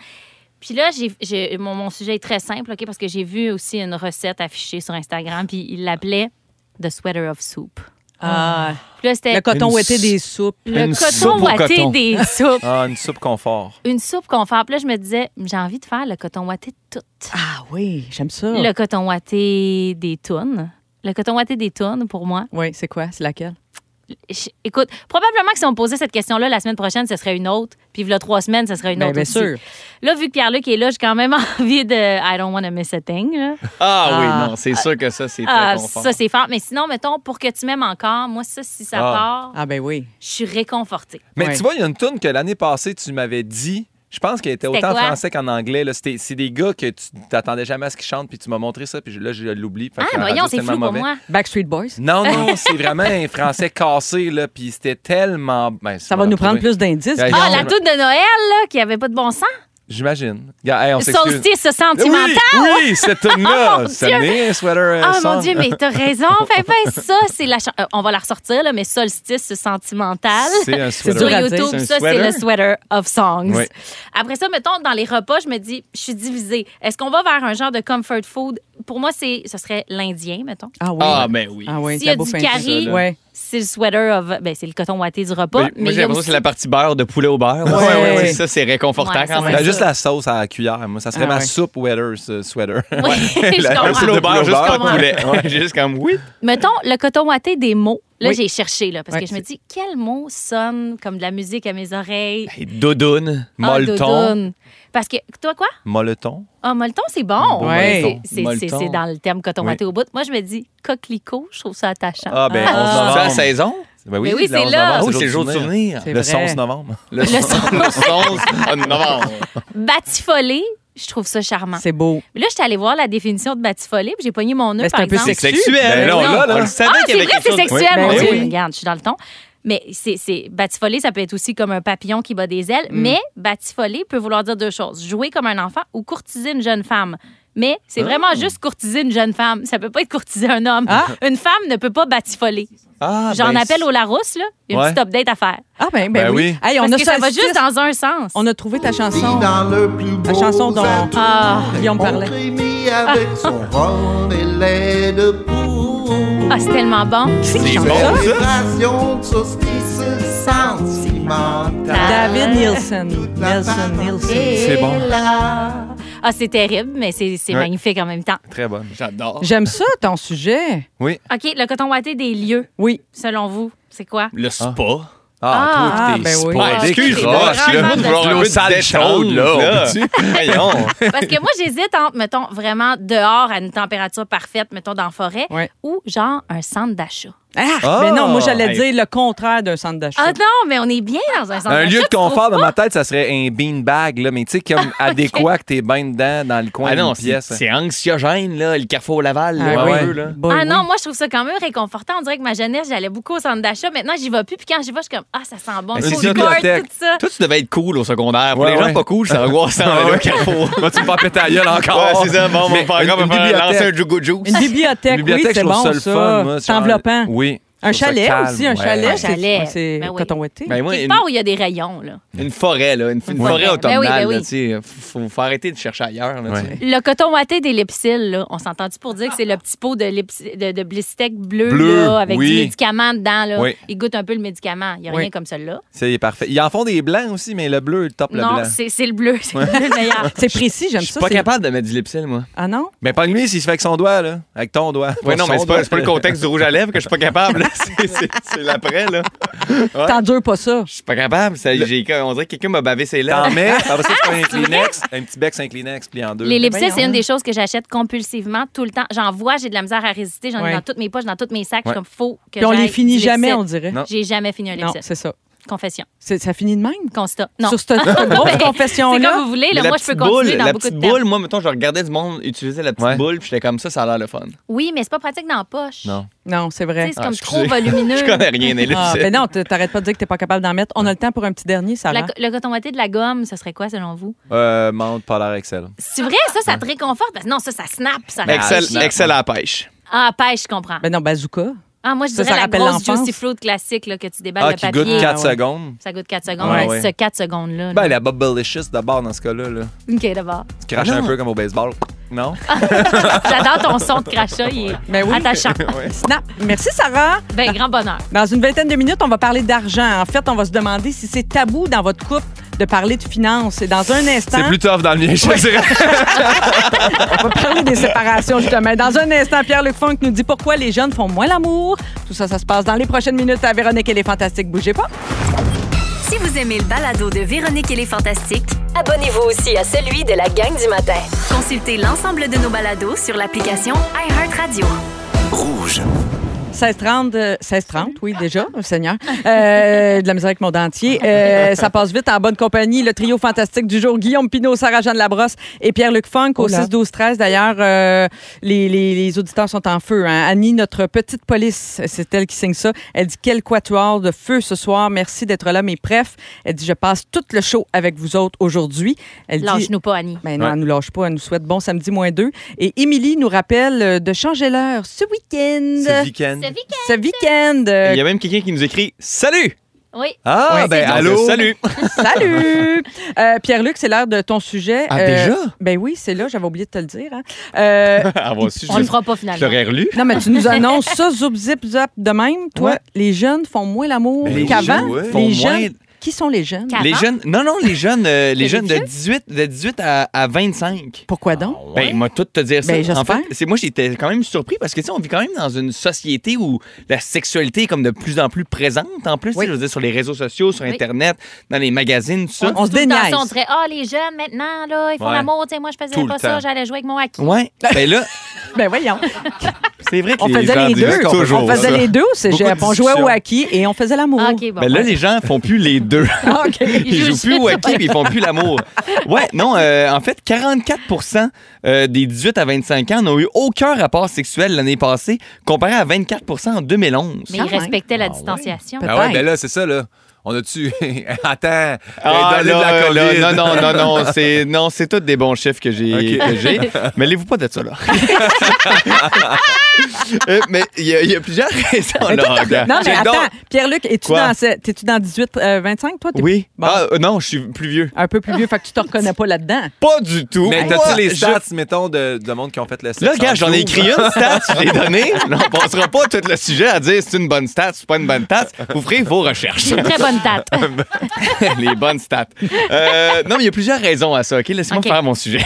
Puis là, j'ai, j'ai- mon, mon sujet est très simple, OK, parce que j'ai vu aussi une recette affichée sur Instagram, puis il l'appelait The Sweater of Soup. Ah. Puis là, c'était Le coton Une ouaté s- des soupes. le Une soupe coton au ouaté coton. des soupes. Ah, une soupe confort. une soupe qu'on fait. Puis là, je me disais, j'ai envie de faire le coton ouaté de tout. Ah oui, j'aime ça. Le coton ouaté des tounes. Le coton ouaté des tounes, pour moi. Oui, c'est quoi? C'est laquelle? Je- écoute, probablement que si on me posait cette question-là la semaine prochaine, ce serait une autre. Puis là, trois semaines, ce serait une Ben, autre. bien aussi. sûr. Là, vu que Pierre-Luc est là, j'ai quand même envie de I don't want to miss a thing. là. Ah, Ah. oui, non, c'est sûr que ça, c'est Ah, très confort. ça, c'est fort. Mais sinon, mettons, pour que tu m'aimes encore, moi, ça, si ça Ah. part, Ah ben oui. je suis réconfortée. Mais Ouais. tu vois, il y a une tune que l'année passée, tu m'avais dit. Je pense qu'elle était C'était autant en quoi? français qu'en anglais. là. C'était- C'est des gars que tu t'attendais jamais à ce qu'ils chantent, puis tu m'as montré ça, puis je- là, je l'oublie. Fait Ah, que la radio, voyons, c'est tellement flou pour mauvais. moi. Backstreet Boys. Non, non, c'est vraiment un français cassé, là, puis c'était tellement. Ben, Ça on va nous retrouver. prendre plus d'indices. Ah, Ah, Non, la mais- toute de Noël, là, qui avait pas de bon sens. J'imagine. Gars, hey, on s'excuse. Solstice Ah, Oui, sentimental. Oh, Oui, cette tune-là. Ça Dieu. n'est un sweater. euh, Ah mon song. Dieu, mais t'as raison. Fais pas ça, c'est la chan- euh, on va la ressortir là, mais solstice sentimental. C'est un C'est Sur dur sweater. à YouTube, dire, c'est un ça c'est le sweater. sweater of songs. Oui. Après ça, mettons dans les repas, je me dis, je suis divisée. Est-ce qu'on va vers un genre de comfort food Pour moi, c'est, ce serait l'indien, mettons. Ah oui. Ah, ben oui. Ah oui, S'il y la a du bouffe curry, indienne. Ouais. C'est le sweater of. Ben, c'est le coton ouaté du repas. Ben, moi, j'ai il y a l'impression que aussi- c'est la partie beurre de poulet au beurre. Ouais, ouais, Tu sais, ouais. Ça, c'est réconfortant Ouais, ça, quand c'est même. ça. Ben, juste la sauce à la cuillère. Moi, ça serait Ah, ma ouais. soupe weather, ce sweater. Oui, je la- Un comprends. poulet au beurre, juste pas comprends. de poulet. Ouais, juste comme, oui. Mettons le coton ouaté des mots. Là, Oui. j'ai cherché, là, parce Ouais, que je me dis, quel mot sonne comme de la musique à mes oreilles? Hey, doudoune. Ah, Molleton. doudoune. Parce que, toi, quoi? Molleton. Ah, molleton, c'est bon. Ouais. C'est- c'est- C'est Molleton. c'est dans le thème coton Oui. ouaté au bout. Moi, je me dis coquelicot, je trouve ça attachant. Ah, ben, Ah. 11 C'est novembre. la saison? Ben Mais oui, le c'est 11 là. novembre, oui, c'est le jour de souvenir. C'est Le vrai. 11 novembre. Le, son- le 11 novembre. Batifolé, je trouve ça charmant. C'est beau. Là, je suis allée voir la définition de batifolé, puis j'ai pogné mon Mais nœud, c'est par un peu exemple. sexy. Sexuel. Ben non, Non. là, là. On le savait Ah, qu'il y c'est avait vrai, quelque c'est chose de- sexuel, Oui. mon Ben Dieu. oui. Regarde, je suis dans le ton. Mais c'est c'est- batifolé, ça peut être aussi comme un papillon qui bat des ailes. Mais batifolé peut vouloir dire deux choses jouer comme un enfant ou courtiser une jeune femme. Mais c'est vraiment juste courtiser une jeune femme. Ça peut pas être courtiser un homme. Ah. Une femme ne peut pas batifoler. Ah, J'en ben, appelle au Larousse, là. Il y a Ouais. une petite update à faire. Ah, ben, ben, Ben oui. oui. Hey, on Parce a que ça va solstice. juste dans un sens. On a trouvé ta chanson. La chanson dont Ah, Guillaume parlait. ah, c'est tellement bon. Qui c'est qui C'est chante bon, ça? ça? David Nielsen. Nielsen, Nielsen. C'est bon. Ah, c'est terrible, mais c'est c'est Ouais. magnifique en même temps. Très bonne. J'adore. J'aime ça, ton sujet. Oui. OK, le coton ouaté des lieux, Oui. selon vous, c'est quoi? Le spa. Ah, Ah, toi, que t'es ben oui. sporadique. Ah, Excuse-moi, c'est vraiment excuse-moi de vouloir de un peu l'eau sale de détente, chaude, là. là. Voyons. Parce que moi, j'hésite entre, mettons, vraiment dehors à une température parfaite, mettons, dans la forêt, Ouais. ou genre un centre d'achat. Ah, Ah! mais non, moi, j'allais Hey. dire le contraire d'un centre d'achat. Ah non, mais on est bien dans un centre d'achat. Un lieu de tu trouves confort dans pas? ma tête, ça serait un beanbag, là, mais tu sais, comme adéquat que t'es bien dedans, dans le coin Ah non, d'une c'est pièce. c'est anxiogène, là, le carrefour Laval. Ah là, un ouais. peu, là. Bah Ah oui. non, moi, je trouve ça quand même réconfortant. On dirait que ma jeunesse, j'allais beaucoup au centre d'achat. Maintenant, j'y vais plus. Puis quand j'y vais, je suis comme, ah, ça sent bon. Mais le Ben, c'est food une court, bibliothèque. tout ça. Toi, tu devais être cool au secondaire. Pour Ouais, les gens ouais. pas cool, c'est angoissant Ah d'aller au ouais. carrefour. Vas-tu me faire péter la gueule Ouais, encore? c'est ça. Bon, on va Mais faire une- comme une on va faire lancer un bibliothèque. Jugo Juice. Une bibliothèque, Une bibliothèque, oui, je c'est trouve bon, ça le fun, hein, ça. moi. C'est genre- enveloppant. Oui. Un Je trouve ça chalet calme, aussi, un ouais. chalet. Un c'est- chalet. C'est Ben oui. coton ouaté. Ben, moi, Quelque une, part où il y a des rayons, là. une forêt, là, une, une forêt forêt. Ben oui, ben automnale. oui. là, tu sais. Faut, faut arrêter de chercher ailleurs. Là, tu sais. Ouais. Le coton ouaté des Lipsil, là, on s'entend-tu pour dire que c'est le petit pot de, lips- de, de Blistec bleu, Bleu, là, avec oui. du médicament dedans. Là. Oui. Il goûte un peu le médicament. Il n'y a Oui. rien comme celui-là. C'est parfait. Ils en font des blancs aussi, mais le bleu, le top, le Non, blanc. c'est c'est le bleu. C'est le bleu le meilleur. C'est précis, j'aime Je suis ça. pas c'est- capable de mettre du lipsil, moi. Ah non? Mais pas lui s'il se fait avec son doigt, là. Avec ton doigt. Ouais, non, mais son c'est pas, doigt. c'est pas le contexte du rouge à lèvres que je suis pas capable. là. C'est- C'est c'est l'après, là. T'endures pas ça. Je suis pas capable. ça- j'ai- on dirait que quelqu'un m'a bavé ses T'en lèvres. mets, Ah, après ça, tu fais un Kleenex, un petit bec, c'est un Kleenex plié en deux. Les lipsticks, c'est voyons. une des choses que j'achète compulsivement tout le temps. J'en vois, j'ai de la misère à résister. J'en Ouais. ai dans toutes mes poches, dans tous mes sacs. Je suis Ouais. comme, faut que Puis on j'aille les finit du jamais, Lipsil. on dirait. Non. J'ai jamais fini un Non, lipstick. c'est ça. Confession. C'est- Ça finit de même? Constat. Non. Sur cette, cette grosse C'est comme confession-là? vous voulez. Mais Là, la moi, je peux petite boule, continuer dans la beaucoup petite de boule, temps. moi, mettons, je regardais du monde utiliser la petite Ouais. boule, puis j'étais comme ça, ça a l'air le fun. Oui, mais c'est pas pratique dans la poche. Non. Non, c'est Tu vrai. sais, C'est comme Ah, excusez. trop volumineux. Je connais rien, les Ah, lipsils. ben non, t- t'arrêtes pas de dire que t'es pas capable d'en mettre. On a le temps pour un petit dernier, ça La- va. le coton ouaté de la gomme, ce serait quoi selon vous? Euh, Mante Polar Excel. C'est vrai, ça, ça te réconforte? Parce que non, ça, ça snap. Ça Mais rafraîchit. Excel, Ah, Excel à la pêche. Ah, pêche, je comprends. Ben non, bazooka. Ah, moi, je ça, dirais ça la rappelle grosse l'enfance. Juicy Fruit classique là, que tu déballes Ah, le qui papier. goûte 4 Ah, ouais. secondes. Ça goûte 4 secondes. Ouais, mais ouais. Ce 4 secondes-là. Ben, là. la Bubblicious d'abord dans ce cas-là. Là. OK, d'abord. Tu craches un peu comme au baseball. Non? J'adore ton son de crachat. Il est Ben oui. attachant. Snap. Merci, Sarah. Ben, grand bonheur. Dans une vingtaine de minutes, on va parler d'argent. En fait, on va se demander si c'est tabou dans votre couple de parler de finances. Et dans un C'est instant, plus tough dans le mien, je te dirais. on va parler des séparations, justement. Dans un instant, Pierre-Luc Funk nous dit pourquoi les jeunes font moins l'amour. Tout ça, ça se passe dans les prochaines minutes à Véronique et les Fantastiques. Bougez pas. Si vous aimez le balado de Véronique et les Fantastiques, Abonnez-vous aussi à celui de la gang du matin. consultez l'ensemble de nos balados sur l'application iHeartRadio. 16h30, euh, 16h30, oui, déjà, oh, Seigneur. Euh, de la misère avec mon dentier. Euh, ça passe vite en bonne compagnie. Le trio fantastique du jour, Guillaume Pinot, Sarah-Jeanne Labrosse et Pierre-Luc Funk au 6-12-13. D'ailleurs, euh, les, les- les auditeurs sont en feu. hein. Annie, notre petite police, c'est elle qui signe ça. Elle dit Quel quatuor de feu ce soir. Merci d'être là, mes prefs. Elle dit Je passe tout le show avec vous autres aujourd'hui. Elle dit Lâche-nous pas, Annie. mais non, Ouais. elle nous lâche pas. Elle nous souhaite bon samedi moins deux. Et Émilie nous rappelle euh, de changer l'heure ce week-end Ce week-end. Ce week-end. ce week-end. Il Euh, y a même quelqu'un qui nous écrit Salut! Oui. Ah, Ouais, ben donc, allô? euh, Salut. Salut! Euh, Pierre-Luc, c'est l'heure de ton sujet. Ah, Euh, déjà? Ben oui, c'est là, j'avais oublié de te le dire. hein. Euh, Ah, moi aussi, On le je fera pas je finalement. l'aurais relu. non, mais tu nous annonces ça, zoup, zip, zap, de même. Toi, Ouais. les jeunes font moins l'amour Ben oui, qu'avant. ouais. Les Font jeunes, moins- qui sont les jeunes? Qu'avant? Les jeunes, non, non, les jeunes, euh, les jeunes de Ridicule. 18, de 18 à, à 25. Pourquoi donc? Ben, moi, tout te dire ça. Ben, j'espère. en fait, c'est moi, j'étais quand même surpris parce que, tu sais, on vit quand même dans une société où la sexualité est comme de plus en plus présente. En plus, tu sais, Oui. je veux dire, sur les réseaux sociaux, sur Oui. Internet, dans les magazines, tout ça. On se Tout le temps, déniaise. ça, on dirait, ah, les jeunes, maintenant, là, ils font Ouais. l'amour. Tu sais, moi, je faisais Tout le pas ça, temps. j'allais jouer avec mon acquis. Ouais. Ben là, Ben voyons. c'est vrai que On les faisait gens les disent deux. qu'on peut toujours On faisait ça. les deux au cégep. Beaucoup de On jouait au discussions. hockey et on faisait l'amour. Ah, OK, bon. Ben là, les gens font plus les deux. Ah, OK. Ils jouent plus au hockey, puis ils font plus l'amour. Ouais, non, euh, en fait, 44 euh, des 18 à 25 ans n'ont eu aucun rapport sexuel l'année passée, comparé à 24 en 2011. Mais Quand ils même. respectaient la distanciation. Peut-être. Ah ouais, ben là, c'est ça, là. On a-tu. Attends. Ah, les données de la là, COVID. là, non, non, non, non, c'est, non, c'est tous des bons chiffres que j'ai. Ok. que j'ai. Mêlez-vous pas de ça, là. Euh, mais il y, a- il y a plusieurs raisons, Mais toi, là, t'as- regarde. non, mais J'ai attends, donc- Pierre-Luc, es-tu Quoi? dans, ce- t'es-tu dans 18-25, toi? T'es Oui. Bon. Ah, euh, non, je suis plus vieux. Un peu plus vieux, fait que tu te reconnais pas là-dedans. Pas du tout. Mais Moi, t'as-tu les je- stats, mettons, de, de monde qui ont fait le sexe? Là, gars, en j'en ai écrit jour? une stat, je l'ai donnée. Là, On passera pas tout le sujet à dire c'est une bonne stat, c'est pas une bonne stat. Vous ferez vos recherches. C'est une très bonne date. Ben les bonnes stats. Euh, non, mais il y a plusieurs raisons à ça, OK? Laissez-moi OK. faire mon sujet.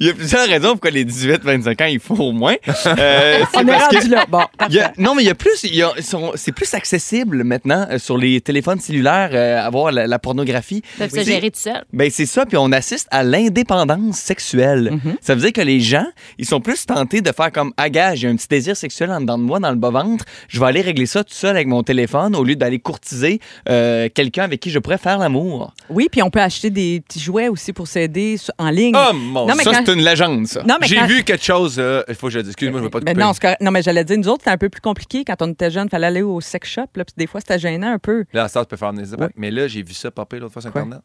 il y a plusieurs raisons pourquoi les 18-25 ans, il faut au moins. Euh, c'est On est parce que- rendu là. Bon, il y a- non, mais il y a plus. il y a- sont- c'est plus accessible maintenant euh, sur les téléphones cellulaires, euh, avoir la, la pornographie. Ils peuvent se C'est- gérer tout seul. ben c'est ça, puis on assiste à l'indépendance sexuelle. Mhm. Ça veut dire que les gens, ils sont plus tentés de faire comme « gage, j'ai un petit désir sexuel en dedans de moi, dans le bas-ventre, je vais aller régler ça tout seul avec mon téléphone au lieu d'aller courtiser euh, quelqu'un avec qui je pourrais faire l'amour. Oui, puis on peut acheter des petits jouets aussi pour s'aider sur- en ligne. Ah, Oh mon Non, mais ça, quand- c'est une légende, ça. Non, mais J'ai quand- vu quelque chose. euh, Il faut que je le dise. Excuse-moi, je veux pas te Mais couper. non, c'est correct. non, mais j'allais dire, nous autres, c'était un peu plus compliqué. Quand on était jeunes, fallait aller au sex shop, là, puis des fois, c'était gênant un peu. Là, ça, tu peux faire amnésie. Ouais. Mais là, j'ai vu ça popper l'autre fois sur Internet.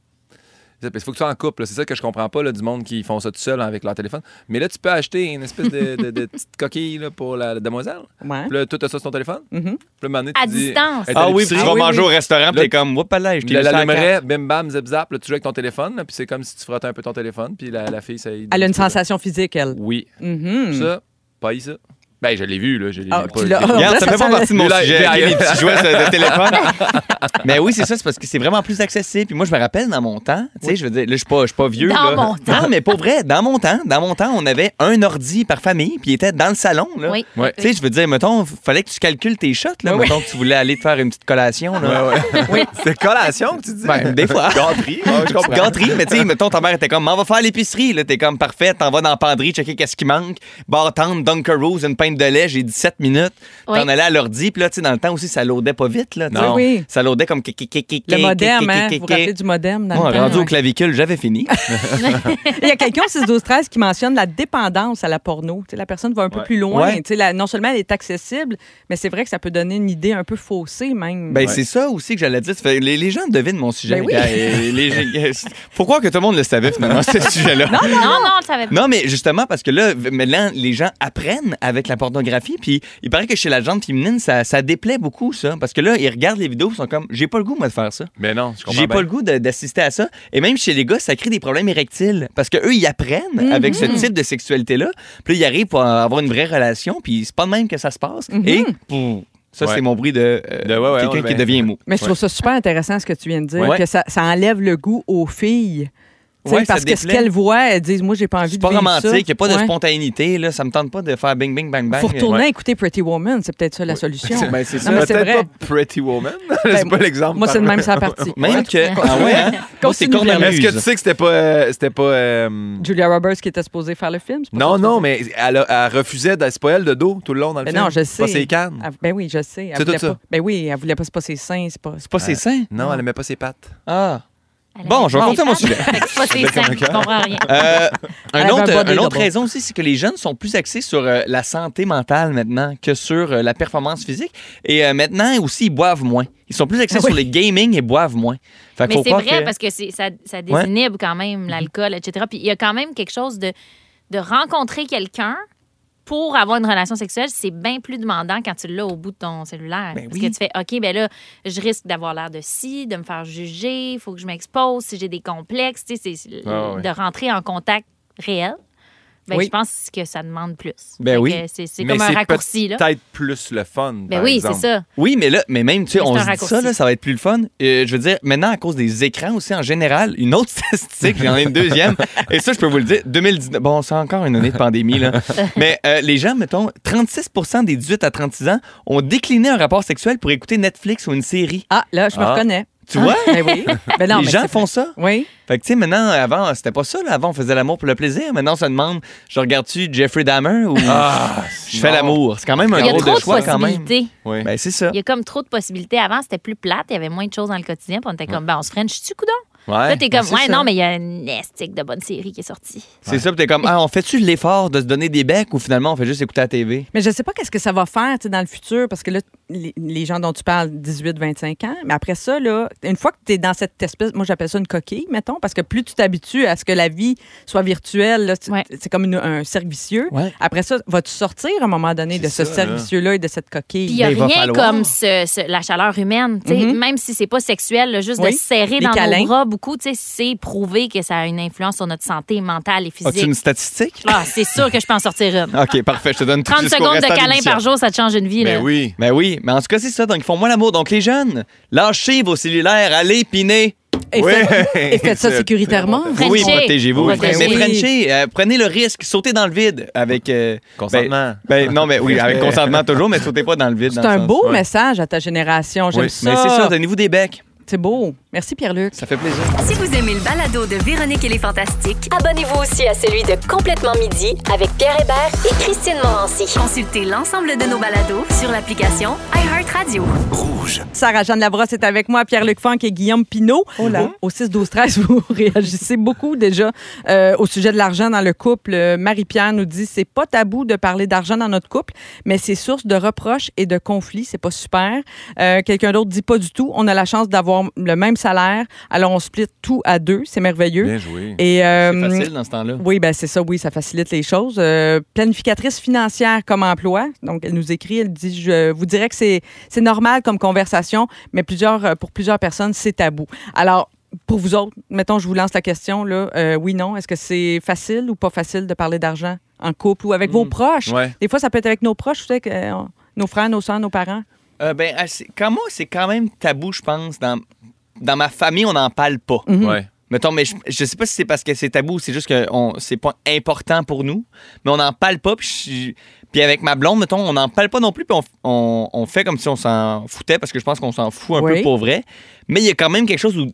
Il faut que tu sois en couple. là. C'est ça que je comprends pas là, du monde qui font ça tout seul avec leur téléphone. Mais là, tu peux acheter une espèce de, de- de petite coquille là, pour la demoiselle. Ouais. Mm-hmm. Puis là, tout ça sur ton téléphone. Puis là, un moment donné, tu À dis- distance. Elle est à Ah oui, puis tu l'épicerie. vas oui, manger oui. au restaurant, puis Là, t'es comme « Whoopala, je t'ai Tu la- mis ça à la carte. l'allumerais, bim bam, zip zap, là, tu joues avec ton téléphone, là, puis c'est comme si tu frottais un peu ton téléphone, puis la, la fille, ça. Elle a une sensation physique, elle. Oui. Mhm. Ça, pas eu ça. Ben, je l'ai vu, là. Je l'ai Ah, vu, tu je l'as- l'ai- Regarde, Là, ça ça fait pas sent- partie de mon Là, sujet. là, les là, petits jouets de de téléphone. Mais oui, c'est ça, c'est parce que c'est vraiment plus accessible. Puis moi, je me rappelle dans mon temps, tu sais, je veux dire, là, je suis pas, je suis pas vieux. Dans là. mon temps. Non, mais pour vrai, dans mon temps, dans mon temps, on avait un ordi par famille, puis il était dans le salon, là. Oui. Ouais. Tu sais, je veux dire, mettons, fallait que tu calcules tes shots, là. mettons que tu voulais aller te faire une petite collation, là. Ouais, ouais. C'est collation, que tu dis. Ben, des fois. Gâterie, ouais, je comprends. Gâterie, mais tu sais, mettons, ta mère était comme, on va faire l'épicerie. Là, t'es comme, parfait, t'en vas dans la penderie, checker qu'est-ce qui manque. Bartendre, Dunkaroos, une pinte de lait, j'ai 17 minutes. Oui. T'en allais à l'ordi, puis là, tu sais, dans le temps aussi, ça loadait pas vite, là. tu sais. Non. Oui. Ça loadait comme. ki- ki- ki- ki- Le ki- modem, ki- hein? ki- Vous ki- vous rappelez du modem? Dans Moi, le temps? hein. rendu au Ouais. clavicule, j'avais fini. Il y a quelqu'un au 6-12-13 qui mentionne la dépendance à la porno. Tu sais, la personne va un peu plus loin. Ouais. Tu sais, la- non seulement elle est accessible, mais c'est vrai que ça peut donner une idée un peu faussée même. Ben, c'est ça aussi que j'allais dire. Ça fait- Les, les gens devinent mon sujet. Ben oui. gars, et les gens- Faut croire que tout le monde le savait, finalement, ce sujet-là. Ah, Non, non, on le savait pas. Non, mais justement, parce que là, v- maintenant, les gens apprennent avec la pornographie. Puis il paraît que chez la gente féminine, ça, ça déplaît beaucoup, ça. Parce que là, ils regardent les vidéos, ils sont comme, j'ai pas le goût, moi, de faire ça. Mais non, je comprends. J'ai pas bien. le goût de- d'assister à ça. Et même chez les gars, ça crée des problèmes érectiles. Parce que eux, ils apprennent Mm-hmm. avec ce type de sexualité-là. Puis là, ils arrivent pour avoir une vraie relation. Puis c'est pas de même que ça se passe. Mm-hmm. Et pouf, ça, Ouais. c'est mon bruit de, euh, De ouais, ouais, quelqu'un on le qui met. devient mou. Mais je trouve ça super intéressant ce que tu viens de dire, Ouais. que ça, ça enlève le goût aux filles. Tu sais, Ouais, ça parce que ce déplaît. qu'elles voient, elles disent Moi, j'ai pas envie C'est de pas vivre ça. romantique, il n'y a pas de Ouais. spontanéité. Là. Ça me tente pas de faire bing, bing, bang, bang. Faut retourner Ouais. à écouter Pretty Woman, c'est peut-être ça la solution. Ben, c'est ça. Non, mais c'est vrai. Ben, Peut-être pas Pretty Woman. C'est pas l'exemple. Moi, c'est de parfait. même ça partie. Même que. Ah ouais, hein? Moi, c'est Continue, Mais est-ce cornemuse. que tu sais que c'était pas. euh, c'était pas euh, Julia Roberts qui était supposée faire le film. c'est pas Non, ça que non, tu mais elle, a- elle refusait de c'est pas elle de dos tout le long dans le Ben film. non, je C'est Pas sais. ses cannes. dis. Ah, Ben oui, je sais. Elle C'est tout voulait ça. pas- Ben oui, elle voulait pas, c'est pas ses seins, c'est pas. C'est pas ses seins? Non, elle aimait pas ses pattes. Ah. Elle avait Bon, je vais des raconter mon pattes. sujet. Fait que c'est pas ses seins, je comprends rien. Euh, un Ah. avait autre, un body une autre double. raison aussi, c'est que les jeunes sont plus axés sur euh, la santé mentale maintenant que sur euh, la performance physique. Et euh, maintenant aussi, ils boivent moins. Ils sont plus axés Ah oui. sur le gaming et boivent moins. Fait qu'il Mais faut c'est croire vrai que- parce que c'est- ça, ça désinhibe quand même l'alcool, etc. Puis il y a quand même quelque chose de, de rencontrer quelqu'un pour avoir une relation sexuelle, c'est bien plus demandant quand tu l'as au bout de ton cellulaire. Ben Parce oui. que tu fais, OK, ben là, je risque d'avoir l'air de ci, de me faire juger, il faut que je m'expose, si j'ai des complexes, tu sais, c'est- Ah ouais. de rentrer en contact réel. Ben, Oui. je pense que ça demande plus. Ben Fait oui. que C'est c'est Mais comme un c'est raccourci, là. Peut-être plus le fun. Ben par oui, c'est exemple. ça. Oui, mais là, mais même, tu sais, Mais c'est on un se dit raccourci. ça, là, ça va être plus le fun. Euh, je veux dire, maintenant, à cause des écrans aussi, en général, une autre statistique, j'en ai une deuxième, et ça, je peux vous le dire, 2019, bon, c'est encore une année de pandémie, là, mais euh, les gens, mettons, 36 des 18 à 36 ans ont décliné un rapport sexuel pour écouter Netflix ou une série. Ah, là, je me Ah. reconnais. Tu vois? Ben oui. Ben non, les mais gens c'est- font ça. Oui. Fait que, tu sais, maintenant, avant, c'était pas ça, là. Avant, on faisait l'amour pour le plaisir. Maintenant, on se demande, je regarde-tu Jeffrey Dahmer ou Ah, je fais l'amour? C'est quand même un Il y a drôle trop de de choix, quand même. possibilités. Oui. Ben, c'est ça. Il y a comme trop de possibilités. Avant, c'était plus plate. Il y avait moins de choses dans le quotidien. Puis on était comme, ben, on se freine, je suis coudon. Ouais. Là, t'es ben, comme, c'est ouais, ça. non, mais il y a une estique de bonne série qui est sortie. C'est ça, puis t'es comme, ah, on fait-tu l'effort de se donner des becs ou finalement on fait juste écouter la TV? Mais je sais pas qu'est-ce que ça va faire tu sais, dans le futur, parce que là, les, les gens dont tu parles, 18-25 ans, mais après ça, là, une fois que tu es dans cette espèce, moi j'appelle ça une coquille, mettons, parce que plus tu t'habitues à ce que la vie soit virtuelle, là, tu- Ouais. c'est comme une- un cercle vicieux. Ouais. Après ça, vas-tu sortir à un moment donné C'est de ce ça, cercle là. vicieux-là et de cette Puis il coquille? n'y a Ben, il va rien falloir. Mm-hmm. comme ce- ce- la chaleur humaine. tu sais, Mhm. Même si c'est pas sexuel, là, juste Oui. de se serrer Les dans câlins. nos bras beaucoup, tu sais, c'est prouvé que ça a une influence sur notre santé mentale et As-tu physique. une Ah, statistique? Ah, c'est sûr que je peux en sortir une. OK, parfait, je te donne tout 30 jusqu'au secondes de restant câlin l'émission. par jour, ça te change une vie. Ben là. oui. Ben oui, mais en tout cas, c'est ça. Donc, ils font moins l'amour. Donc, les jeunes, lâchez vos cellulaires, allez piner. Et, Oui. faites- et faites ça C'est- sécuritairement. Frenchez. Oui, protégez-vous. Protégez. Mais Oui. Frenchez, euh, prenez le risque, sautez dans le vide avec. euh, Consentement. Ben, ben non, mais oui, avec Respect. consentement toujours, mais sautez pas dans le vide. C'est dans le un sens- beau ouais. message à ta génération. J'aime Oui, ça. Mais c'est ça, donnez-vous des becs. C'est beau. Merci, Pierre-Luc. Ça fait plaisir. Si vous aimez le balado de Véronique et les Fantastiques, Abonnez-vous aussi à celui de Complètement Midi avec Pierre Hébert et Christine Morancy. consultez l'ensemble de nos balados sur l'application iHeartRadio. Sarah-Jeanne Labrosse est avec moi, Pierre-Luc Funk et Guillaume Pinault. Au 6-12-13, vous réagissez beaucoup déjà euh, au sujet de l'argent dans le couple. Euh, Marie-Pierre nous dit c'est pas tabou de parler d'argent dans notre couple, mais c'est source de reproches et de conflits. C'est pas super. Euh, Quelqu'un d'autre dit pas du tout. On a la chance d'avoir le même salaire, alors on split tout à deux. C'est merveilleux. Bien joué. Et, euh, C'est facile dans ce temps-là. oui, ben c'est ça, oui, ça facilite les choses. Euh, planificatrice financière comme emploi, donc elle nous écrit, elle dit, je vous dirais que c'est c'est normal comme conversation, mais plusieurs, euh, pour plusieurs personnes, c'est tabou. Alors, pour vous autres, mettons, je vous lance la question, là, euh, oui, non, est-ce que c'est facile ou pas facile de parler d'argent en couple ou avec vos proches? Hmm, Ouais. Des fois, ça peut être avec nos proches, tu sais, que, euh, nos frères, nos soeurs, nos parents. Euh, ben, ah, c'est- quand moi, c'est quand même tabou, je pense. Dans, dans ma famille, on n'en parle pas. Mhm. Ouais. Mettons, mais je, je sais pas si c'est parce que c'est tabou ou c'est juste que on- c'est pas important pour nous, mais on n'en parle pas. Puis, je- puis avec ma blonde, mettons, on n'en parle pas non plus, puis on, on- on fait comme si on s'en foutait, parce que je pense qu'on s'en fout un Oui. peu pour vrai. Mais il y a quand même quelque chose où,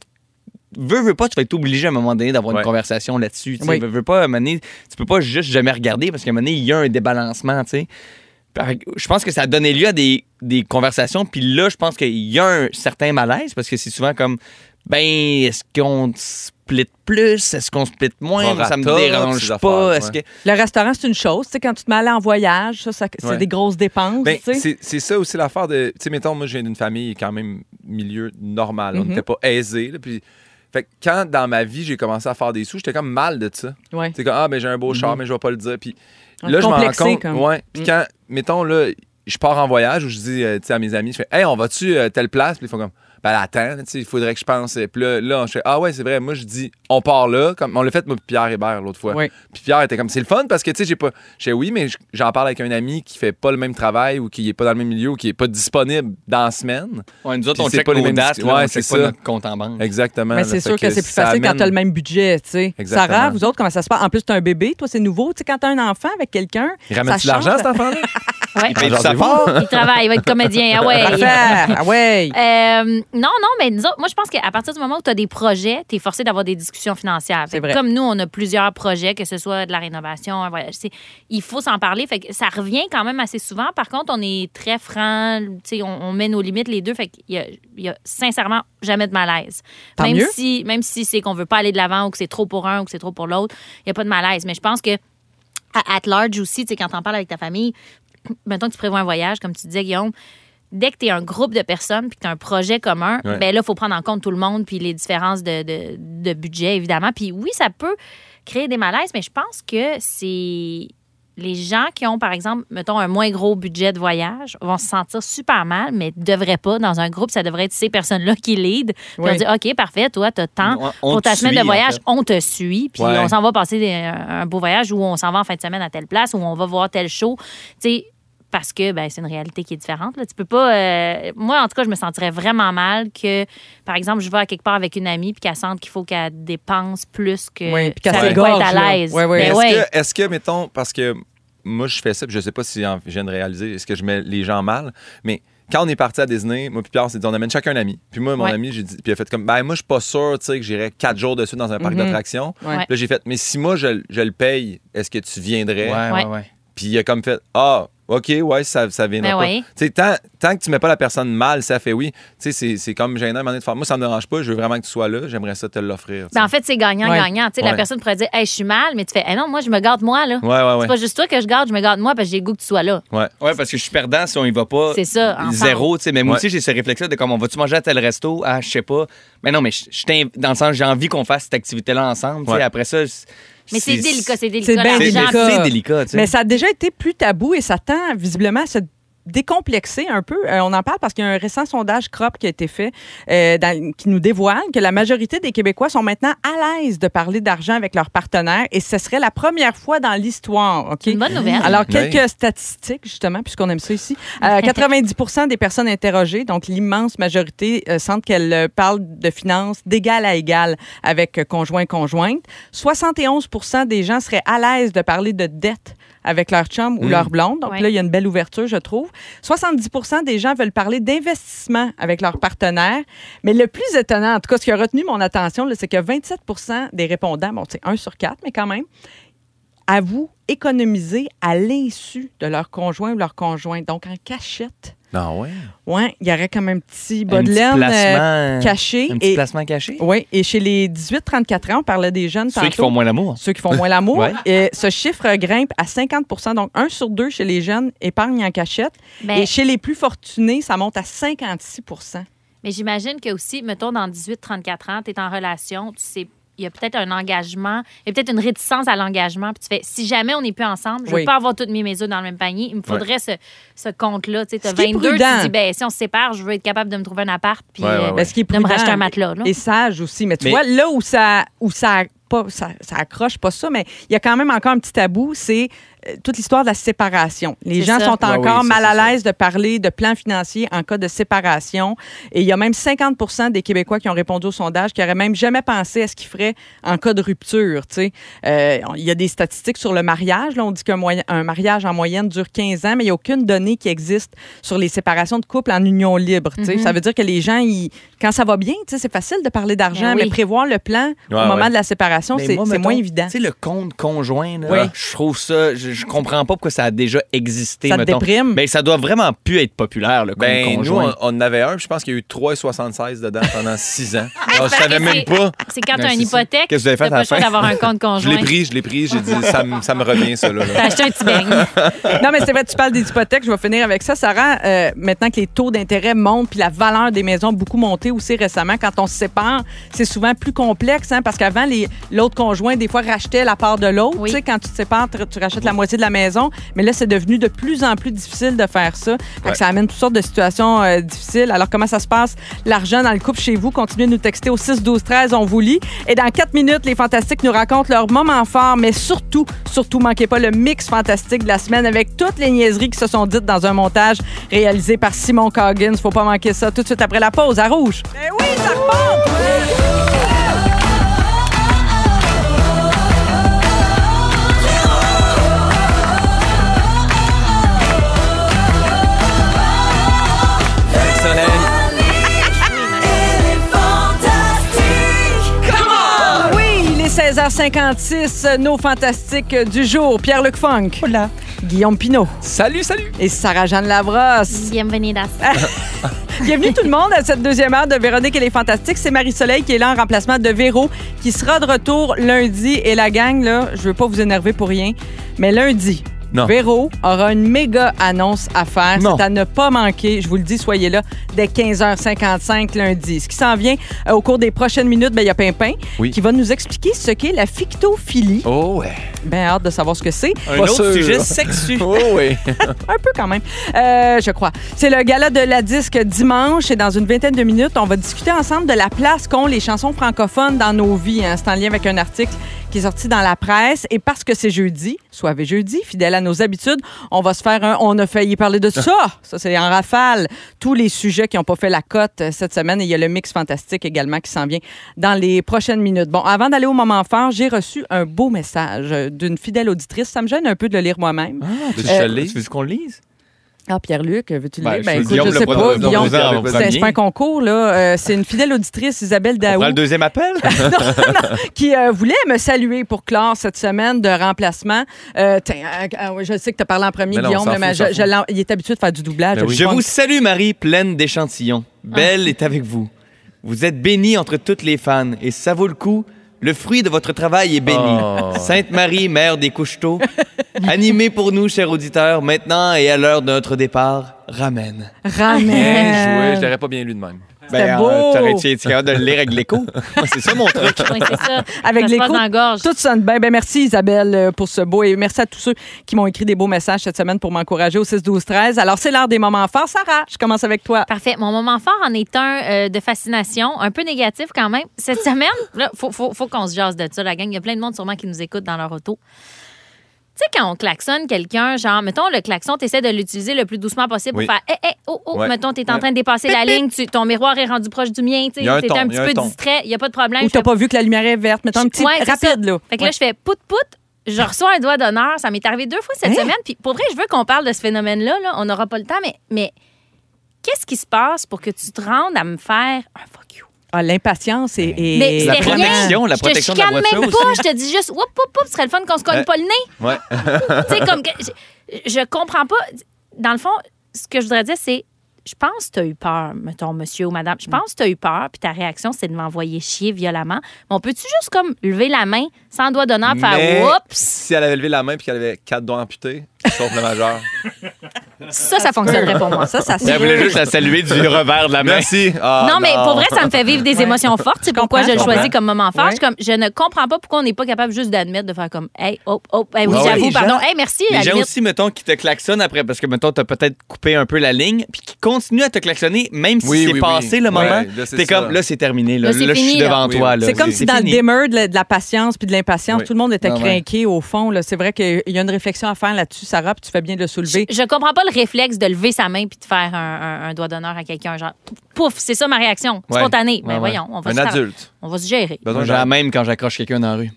veux, veux pas, tu vas être obligé à un moment donné d'avoir Ouais. une conversation là-dessus. tu sais. Oui. Veux, veux pas, à un moment donné, tu peux pas juste jamais regarder, parce qu'à un moment donné, il y a un débalancement, tu sais. Par- je pense que ça a donné lieu à des, des conversations. Puis là, je pense qu'il y a un certain malaise parce que c'est souvent comme ben, est-ce qu'on split plus? Est-ce qu'on split moins? Moi, ça me Prorata, dérange ces pas. affaires, Est-ce que... Le restaurant, c'est une chose, tu sais, quand tu te mets à aller en voyage, ça, ça- c'est Ouais. des grosses dépenses, Ben, tu sais. c'est c'est ça aussi l'affaire de. Tu sais, mettons, moi, je viens d'une famille quand même milieu normal. Mm-hmm. On n'était pas aisé. là, puis- Fait que quand dans ma vie, j'ai commencé à faire des sous, j'étais comme mal de ça. Ouais. C'est comme, ah, ben j'ai un beau char, mais je vais pas le dire. Puis là, Mm. Ouais, je m'en rends complexé, compte. comme. Mm. Ouais. Puis quand, mettons, là, je pars en voyage ou je dis euh, tu sais, à mes amis, je fais, hey, on va-tu euh, telle place? Puis ils font comme, ben là, attends, tu sais, il faudrait que je pense. Puis là, là, je fais, ah ouais, c'est vrai. Moi, je dis, on part là. Comme, on l'a fait, moi, puis Pierre Hébert l'autre fois. Ouais. Puis Pierre était comme, c'est le fun parce que, tu sais, j'ai pas. Je fais, oui, mais j- j'en parle avec un ami qui fait pas le même travail ou qui est pas dans le même milieu ou qui est pas disponible dans la semaine. Ouais, nous autres, Puis on c'est check pas les nos mêmes dates, dis- là, ouais, on c'est check pas ça. notre compte en banque. Exactement. Mais là, c'est fait sûr que, c'est plus ça facile quand amène- t'as le même budget, tu sais. Exactement. Sarah, vous autres, comment ça se passe? En plus, t'as un bébé, toi, c'est nouveau. Tu sais, quand t'as un enfant avec quelqu'un, Il ça ramène-tu de change. l'argent, cet enfant-là? Ouais. Paye du Rendez-vous. sapin. Il travaille, il va être comédien. Ah ouais. Parfait. Ah ouais. Euh, non, non, mais nous autres, moi, je pense qu'à partir du moment où tu as des projets, tu es forcé d'avoir des discussions financières. Fait C'est que vrai. Comme nous, on a plusieurs projets, que ce soit de la rénovation, un voyage. c'est- Il faut s'en parler. Fait que ça revient quand même assez souvent. Par contre, on est très franc. tu sais, On, on met nos limites, les deux. Fait qu'il y a, il y a sincèrement jamais de malaise. Tant même, mieux. Si, même si c'est qu'on veut pas aller de l'avant ou que c'est trop pour un ou que c'est trop pour l'autre, il n'y a pas de malaise. Mais je pense que à- at large aussi, tu sais, quand t'en parles avec ta famille, mettons que tu prévois un voyage, comme tu disais, Guillaume, dès que tu es un groupe de personnes puis que tu as un projet commun, Ouais. ben là, il faut prendre en compte tout le monde puis les différences de, de- de budget, évidemment. Puis oui, ça peut créer des malaises, mais je pense que c'est. les gens qui ont, par exemple, mettons, un moins gros budget de voyage vont se sentir super mal, mais devraient pas. Dans un groupe, ça devrait être ces personnes-là qui lead. Puis Oui. on dit, OK, parfait, toi, t'as tant. On- on Pour ta te semaine suit, de en voyage, fait. on te suit. Puis Ouais. on s'en va passer des- un beau voyage ou on s'en va en fin de semaine à telle place ou on va voir tel show. Tu sais, parce que ben, c'est une réalité qui est différente. Là. Tu peux pas. euh, moi, en tout cas, je me sentirais vraiment mal que, par exemple, je vais à quelque part avec une amie puis qu'elle sente qu'il faut qu'elle dépense plus que. Oui, puis qu'elle ça peut s'égorge, pas être là. à l'aise. Ouais, ouais. Ben Est-ce ouais. que, est-ce que, mettons, parce que moi, je fais ça, puis je sais pas si en- je viens de réaliser, est-ce que je mets les gens mal, mais quand on est parti à Disney, moi puis Pierre, on s'est dit, on amène chacun un ami. Puis moi, mon Ouais. ami, j'ai dit, puis il a fait comme, ben moi, je suis pas sûr, tu sais, que j'irais quatre jours de suite dans un parc Mhm. d'attractions. Ouais. Puis Là, j'ai fait, mais si moi, je, je le paye, est-ce que tu viendrais? Ouais. Puis il a comme fait, ah, OK, ouais, ça, ça viendra Ben pas. oui. Tu sais, tant, tant que tu mets pas la personne mal, ça fait oui. Tu sais, c'est- c'est comme gênant à un moment donné de faire, moi, ça me dérange pas, je veux vraiment que tu sois là, j'aimerais ça te l'offrir. tu sais. Ben, en fait, c'est gagnant-gagnant. Tu sais, La Ouais. personne pourrait dire Hey, je suis mal, mais tu fais hey, non, moi, je me garde moi. là. Ouais, ouais, C'est ouais. pas juste toi que je garde, je me garde moi parce que j'ai le goût que tu sois là. Ouais. Ouais, parce que je suis perdant si on y va pas. C'est ça, ensemble. Zéro, tu sais. Mais moi Ouais. aussi, j'ai ce réflexe-là de comme, on va-tu manger à tel resto? Ah, je sais pas. Mais non, mais je je t'inv- dans le sens, j'ai envie qu'on fasse cette activité-là ensemble. tu sais. Ouais. Après ça, c- Mais c'est délicat, C'est c'est bien délicat. l'argent, délicat. puis- C'est délicat, tu sais. Mais ça a déjà été plus tabou et ça tend visiblement à se décomplexer un peu. Euh, on en parle parce qu'il y a un récent sondage CROP qui a été fait euh, dans- qui nous dévoile que la majorité des Québécois sont maintenant à l'aise de parler d'argent avec leurs partenaires et ce serait la première fois dans l'histoire. OK? C'est une bonne nouvelle. Alors, Oui. quelques statistiques, justement, puisqu'on aime ça ici. Euh, 90 des personnes interrogées, donc l'immense majorité, euh, sentent qu'elles euh, parlent de finances d'égal à égal avec euh, conjoint-conjointe. 71 des gens seraient à l'aise de parler de dette avec leur chum ou leur blonde. Donc Ouais. là, il y a une belle ouverture, je trouve. 70 des gens veulent parler d'investissement avec leur partenaire. Mais le plus étonnant, en tout cas, ce qui a retenu mon attention, là, c'est que 27 des répondants, bon, c'est 1 sur 4, mais quand même, avouent économiser à l'insu de leur conjoint ou leur conjoint, donc en cachette. Non, ouais. Ouais, il y aurait comme un petit bas Un de petit laine euh, placement- caché. Un petit Et, placement caché. ouais, et chez les 18-34 ans, on parlait des jeunes Ceux qui tantôt. font moins l'amour. Ceux qui font moins l'amour. Ouais. Et ce chiffre grimpe à 50 donc un sur deux chez les jeunes épargne en cachette. Ben, Et chez les plus fortunés, ça monte à 56 Mais j'imagine que aussi, mettons, dans 18-34 ans, tu es en relation, tu sais, il y a peut-être un engagement, il y a peut-être une réticence à l'engagement. Puis tu fais, si jamais on n'est plus ensemble, je ne Oui. veux pas avoir toutes mes mes œufs dans le même panier. Il me faudrait ce, ce compte-là. Tu sais, t'as Ce qui est 22, tu prudent. dis, ben, si on se sépare, je veux être capable de me trouver un appart. Puis Ouais, ouais, euh, ouais. Mais ce qui est de me racheter prudent un matelas. là. Et sage aussi. Mais tu Mais- vois, là où ça, où ça, pas, ça, ça accroche pas ça, mais il y a quand même encore un petit tabou, c'est euh, toute l'histoire de la séparation. Les C'est gens ça. sont Ouais, encore oui, ça, mal c'est à ça. l'aise de parler de plans financiers en cas de séparation. Et il y a même 50 des Québécois qui ont répondu au sondage qui n'auraient même jamais pensé à ce qu'ils feraient en cas de rupture. tu sais. Euh, on- Il y a des statistiques sur le mariage. Là, on dit qu'un moyen- un mariage en moyenne dure 15 ans, mais il n'y a aucune donnée qui existe sur les séparations de couples en union libre. tu Mm-hmm. sais. Ça veut dire que les gens, ils- quand ça va bien, tu sais, c'est facile de parler d'argent, Ben oui. mais prévoir le plan au Ouais, moment ouais. de la séparation, Mais c'est Ben, moi, c'est mettons, moins évident. Tu sais, le compte conjoint, là, Oui. je trouve ça. Je, je comprends pas pourquoi ça a déjà existé. Ça te mettons. déprime. Mais ça doit vraiment plus être populaire, le compte Ben, nous, conjoint. on, on en avait un, puis je pense qu'il y a eu 3,76 dedans pendant 6 ans. Alors, je Ah, parce savais que même c'est- pas. C'est quand tu Ben, as une c'est ça. hypothèque, Qu'est-ce que vous avez fait t'as à pas la le choix fin? d'avoir un compte Je l'ai conjoint. pris, je l'ai pris, j'ai dit, ça, me- ça me revient, ça, là. là. T'as acheté un petit beigne. Non, mais c'est vrai, tu parles des hypothèques. Je vais finir avec ça. Sarah, euh, maintenant que les taux d'intérêt montent puis la valeur des maisons a beaucoup monté aussi récemment, quand on se sépare, c'est souvent plus complexe hein, parce qu'avant, les- l'autre conjoint, des fois, rachetait la part de l'autre. Oui. Tu sais, quand tu te sépares, tu tu rachètes la moitié de la maison. Mais là, c'est devenu de plus en plus difficile de faire ça. Fait que Ouais. ça amène toutes sortes de situations euh, difficiles. Alors, comment ça se passe, l'argent dans le couple chez vous? Continuez de nous texter au 6 12 13 On vous lit. Et dans 4 minutes, les Fantastiques nous racontent leur moment fort, mais surtout, surtout, manquez pas le mix fantastique de la semaine avec toutes les niaiseries qui se sont dites dans un montage réalisé par Simon Coggins. Faut pas manquer ça tout de suite après la pause à rouge. Ben oui, ça repart! Oui, il est 16h56, nos fantastiques du jour. Pierre-Luc Funk. Guillaume Pinault. Salut, salut! Et Sarah-Jeanne Labrosse. Bienvenidas. Bienvenue tout le monde à cette deuxième heure de Véronique et les Fantastiques. C'est Marie-Soleil qui est là en remplacement de Véro, qui sera de retour lundi. Et la gang, là, je veux pas vous énerver pour rien, mais lundi, Non. Véro aura une méga annonce à faire. Non. C'est à ne pas manquer. Je vous le dis, soyez là dès 15h55 lundi. Ce qui s'en vient euh, au cours des prochaines minutes, ben, il y a Pimpin Oui. qui va nous expliquer ce qu'est la fictophilie. Oh ouais. Ben, hâte de savoir ce que c'est. Un Pas autre sûr. sujet sexu. Oh ouais. Un peu quand même, Euh, je crois. C'est le gala de la disque dimanche et dans une vingtaine de minutes, on va discuter ensemble de la place qu'ont les chansons francophones dans nos vies. hein. C'est en lien avec un article qui est sorti dans la presse. Et parce que c'est jeudi, soyez jeudi, fidèle à nos habitudes, on va se faire un On a failli parler de ça. Ça, c'est en rafale. Tous les sujets qui n'ont pas fait la cote euh, cette semaine. Et il y a le mix fantastique également qui s'en vient dans les prochaines minutes. Bon, avant d'aller au moment fort, j'ai reçu un beau message euh, d'une fidèle auditrice. Ça me gêne un peu de le lire moi-même. Tu Euh, chalet? Tu veux qu'on le lise? Ah, Pierre-Luc, veux-tu le Ben, lire? Ben, je- écoute, Guillaume je l'a sais pas pas, proposé Guillaume. en c'est- premier. C'est pas un concours, là. Euh, c'est une fidèle auditrice, Isabelle On Daou, prend le deuxième appel? qui euh, voulait me saluer pour clore cette semaine de remplacement. Euh, tiens, euh, euh, ouais, je sais que tu as parlé en premier, Mais non, Guillaume, on s'en là, mais fout, on je- s'en je fout. l'en- il est habitué de faire du doublage. Ben oui. Je pense- vous salue, Marie, pleine d'échantillons. Belle est avec vous. Vous êtes bénie entre toutes les fans et ça vaut le coup. Le fruit de votre travail est béni. Oh. Sainte Marie, mère des coucheteaux, animée pour nous, chers auditeurs, maintenant et à l'heure de notre départ, ramène. Euh. Bien Ben, joué, je Ramène. l'aurais pas bien lu de même. C'était beau. t'aurais été été euh, capable de le lire avec l'écho. Ben, Moi, C'est ça mon truc. Oui, c'est ça. Avec ça les se passe coups- dans la gorge. Tout sonne bien. Ben, merci Isabelle euh, pour ce beau et merci à tous ceux qui m'ont écrit des beaux messages cette semaine pour m'encourager au 6-12-13. Alors, c'est l'heure des moments forts. Sarah, je commence avec toi. Parfait. Mon moment fort en est un euh, de fascination, un peu négatif quand même. Cette semaine, il faut, faut- faut qu'on se jase de ça, la gang. Il y a plein de monde sûrement qui nous écoute dans leur auto. Tu sais, quand on klaxonne quelqu'un, genre, mettons, le klaxon, tu essaies de l'utiliser le plus doucement possible Oui. pour faire Eh, eh, oh, oh, Ouais. mettons, tu es en Ouais. train de dépasser la ligne, tu- ton miroir est rendu proche du mien, tu Il y a un es ton, un il y petit a un peu ton. distrait, il n'y a pas de problème. Ou je fais t'as pas vu que la lumière est verte. Mettons un petit Ouais, c'est rapide, ça. là. Fait que là, je fais pout pout. Je reçois un doigt d'honneur. Ça m'est arrivé deux fois cette Hein? semaine. Puis pour vrai, je veux qu'on parle de ce phénomène-là. là. On n'aura pas le temps, mais, mais qu'est-ce qui se passe pour que tu te rendes à me faire un fuck you? Ah, l'impatience et, et- Mais La c'était rien. protection, la Je te protection de la chicane voiture même aussi. pas. Je te dis juste, whoop, whoop, whoop, ce serait le fun qu'on se cogne Ouais. pas le nez. Ouais. tu sais, comme que je, je comprends pas. Dans le fond, ce que je voudrais dire, c'est. Je pense que tu as eu peur, mettons, monsieur ou madame. Mm. Je pense que tu as eu peur, puis ta réaction, c'est de m'envoyer chier violemment. Mais on peut-tu juste, comme, lever la main sans doigt d'honneur, Mais faire oups? Si elle avait levé la main puis qu'elle avait quatre doigts amputés, sauf le majeur. Ça, ça fonctionnerait pour moi. Ça, ça se Elle peut. voulait juste la saluer du revers de la main. Merci. Ah, non, mais pour vrai, ça me fait vivre des émotions fortes. C'est pourquoi je le comprends. choisis comme moment fort. Ouais. Je, suis comme, je ne comprends pas pourquoi on n'est pas capable juste d'admettre, de faire comme, hey, oh, oh, hey, oui, Ah ouais, j'avoue, les pardon, gens- hey, merci, Les gens admire. aussi, mettons, qui te klaxonnent après, parce que, mettons, t'as peut-être coupé un peu la ligne, puis qui continuent à te klaxonner, même si Oui, c'est oui, passé oui. le moment. Ouais, là, c'est T'es ça. comme, là, c'est terminé. Là, Là, c'est Là, je suis fini, là. devant Oui, toi. oui. là. C'est comme si dans fini. le dimmer de la, de la patience puis de l'impatience, Oui. tout le monde était Ah ouais. craqué au fond. là. C'est vrai qu'il y a une réflexion à faire là-dessus, Sarah, puis tu fais bien de le soulever. Je comprends pas le réflexe de lever sa main puis de faire un, un- un doigt d'honneur à quelqu'un. Genre, pouf, c'est ça ma réaction, Ouais. spontanée. Ouais, ouais. Mais Ben, voyons, on va, Un se, adulte. on va se gérer. Moi, Besoin j'ai d'un la même quand j'accroche quelqu'un dans la rue.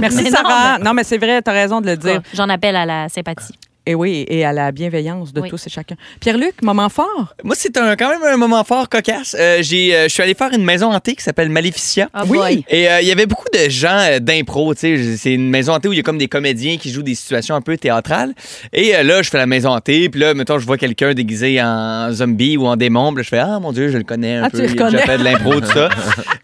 Merci, Mais non, Sarah. Non, mais c'est vrai, tu as raison de le dire. J'en appelle à la sympathie. Et oui, et à la bienveillance de Oui. tous et chacun. Pierre-Luc, moment fort. Moi, c'est un, quand même un moment fort cocasse. Euh, j'ai, euh, je suis allé faire une maison hantée qui s'appelle Maleficia. Ah, Oui. boy. Et euh, il y avait beaucoup de gens euh, d'impro, tu sais. j- C'est une maison hantée où il y a comme des comédiens qui jouent des situations un peu théâtrales. Et euh, là, je fais la maison hantée, puis là, mettons, je vois quelqu'un déguisé en zombie ou en démon, puis là, je fais Ah mon Dieu, je le connais un Ah, peu. tu le il a déjà reconnais. fait de l'impro, tout ça.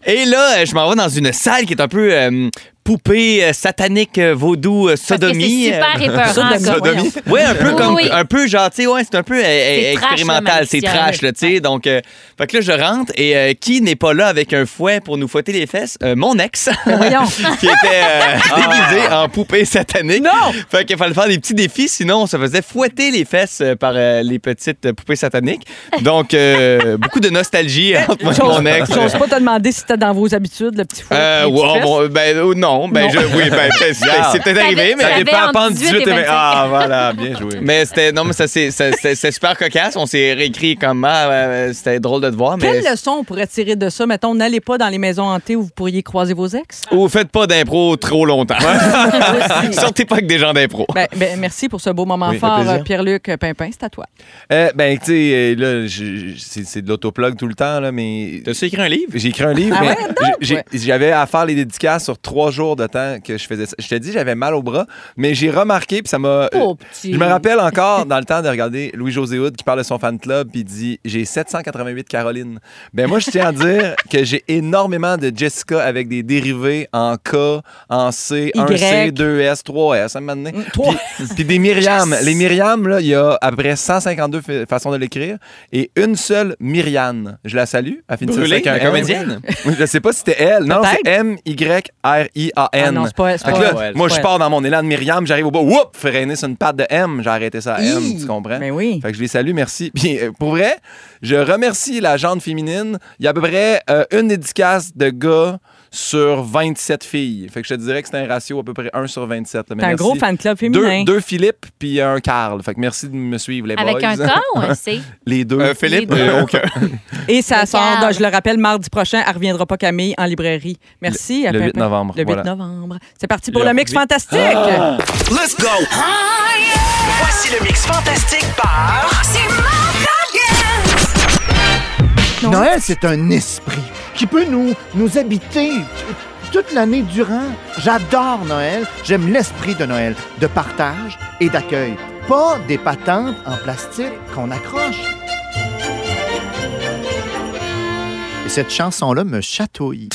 Et là, euh, je m'en vais dans une salle qui est un peu euh, poupée euh, satanique, euh, vaudou, euh, Parce que c'est sodomie. euh, super épeurant. Sodomie. comme- Sodomie. Ouais, un peu Oui, comme oui. un peu genre, tu sais, ouais, c'est un peu euh, euh, trash, expérimental, là, c'est Marie-Pierre. trash là, tu sais. Donc euh, fait que là je rentre et euh, qui n'est pas là avec un fouet pour nous fouetter les fesses Euh, Mon ex Ben voyons. qui était euh, déguisé en poupée satanique. Non! Fait qu'il fallait faire des petits défis sinon on se faisait fouetter les fesses euh, par euh, les petites euh, poupées sataniques. Donc euh, beaucoup de nostalgie entre moi et J'ose mon ex. j'ose pas te demander si c'était dans vos habitudes, le petit fou. Euh, wow, bon, ben, euh, non, ben, Je, oui, ben, peut-être- c'est peut-être T'avais- arrivé, mais t'avais Ça dépend entre pas 18 et 18 et 20. 25. Ah, voilà, bien joué. Mais c'était non mais ça c'est ça, c'est- c'est super cocasse, on s'est réécrit comme ah, euh, c'était drôle de te voir mais Quelle leçon on pourrait tirer de ça? Mettons, n'allez pas dans les maisons hantées où vous pourriez croiser vos ex. ou faites pas d'impro trop longtemps. Sortez pas avec des gens d'impro. Ben, ben, merci pour ce beau moment Oui, fort, fait plaisir. euh, Pierre-Luc euh, Pimpin. C'est à toi. Euh, ben, tu sais, euh, là, je- je- c'est c'est de l'autoplug tout le temps, là, mais T'as écrit un livre j'ai écrit un livre, Ah mais ouais, j'ai- j'ai- j'avais à faire les dédicaces sur trois jours de temps que je faisais ça. Je te dis, j'avais mal au bras, mais j'ai remarqué, puis ça m'a. euh, Oh, petit. Je me rappelle encore dans le temps de regarder Louis-José Hood qui parle de son fan club puis il dit J'ai 788 Caroline. Ben moi, je tiens à dire que j'ai énormément de Jessica avec des dérivés en K, en C, 1C, 2S, 3S, à un moment donné. Mm, trois. Puis- Puis des Myriam. Les Myriam, là, il y a après 152 fa- façons de l'écrire et une seule Myriam. Je la salue. Elle finit ça Brûlée, avec un la M. comédienne? Ben Je sais pas si c'était elle. Non, Peut-être. c'est M-Y-R-I-A-N. Ah non, c'est pas- c'est Fait que pas- là, ouais, moi, c'est je pas pars dans mon élan de Myriam, j'arrive au bas, whoop, freiner sur une patte de M. J'ai arrêté ça à M, tu comprends? Mais Ben oui. hein. Fait que je les salue, merci. Puis euh, pour vrai, je remercie la gente féminine. Il y a à peu près euh, une dédicace de gars sur 27 filles. Fait que je te dirais que c'est un ratio à peu près 1 sur 27. là. Mais T'es un merci. gros fan club féminin. Deux, deux Philippe puis un Carl. Fait que merci de me suivre, les Avec boys. un K ou un C? Les deux. Euh, Philippe, Les deux. euh, aucun. Et ça Regarde. sort, donc, je le rappelle, mardi prochain. Elle reviendra pas Camille en librairie. Merci. à le Pimpin. 8 novembre, Le 8 voilà. Ah! novembre. C'est parti pour Le le mix 8. fantastique. Let's go! Voici le mix fantastique par. Ah, Noël, c'est un esprit qui peut nous, nous habiter t- toute l'année durant. J'adore Noël. J'aime l'esprit de Noël, de partage et d'accueil. Pas des patentes en plastique qu'on accroche. Et cette chanson-là me chatouille.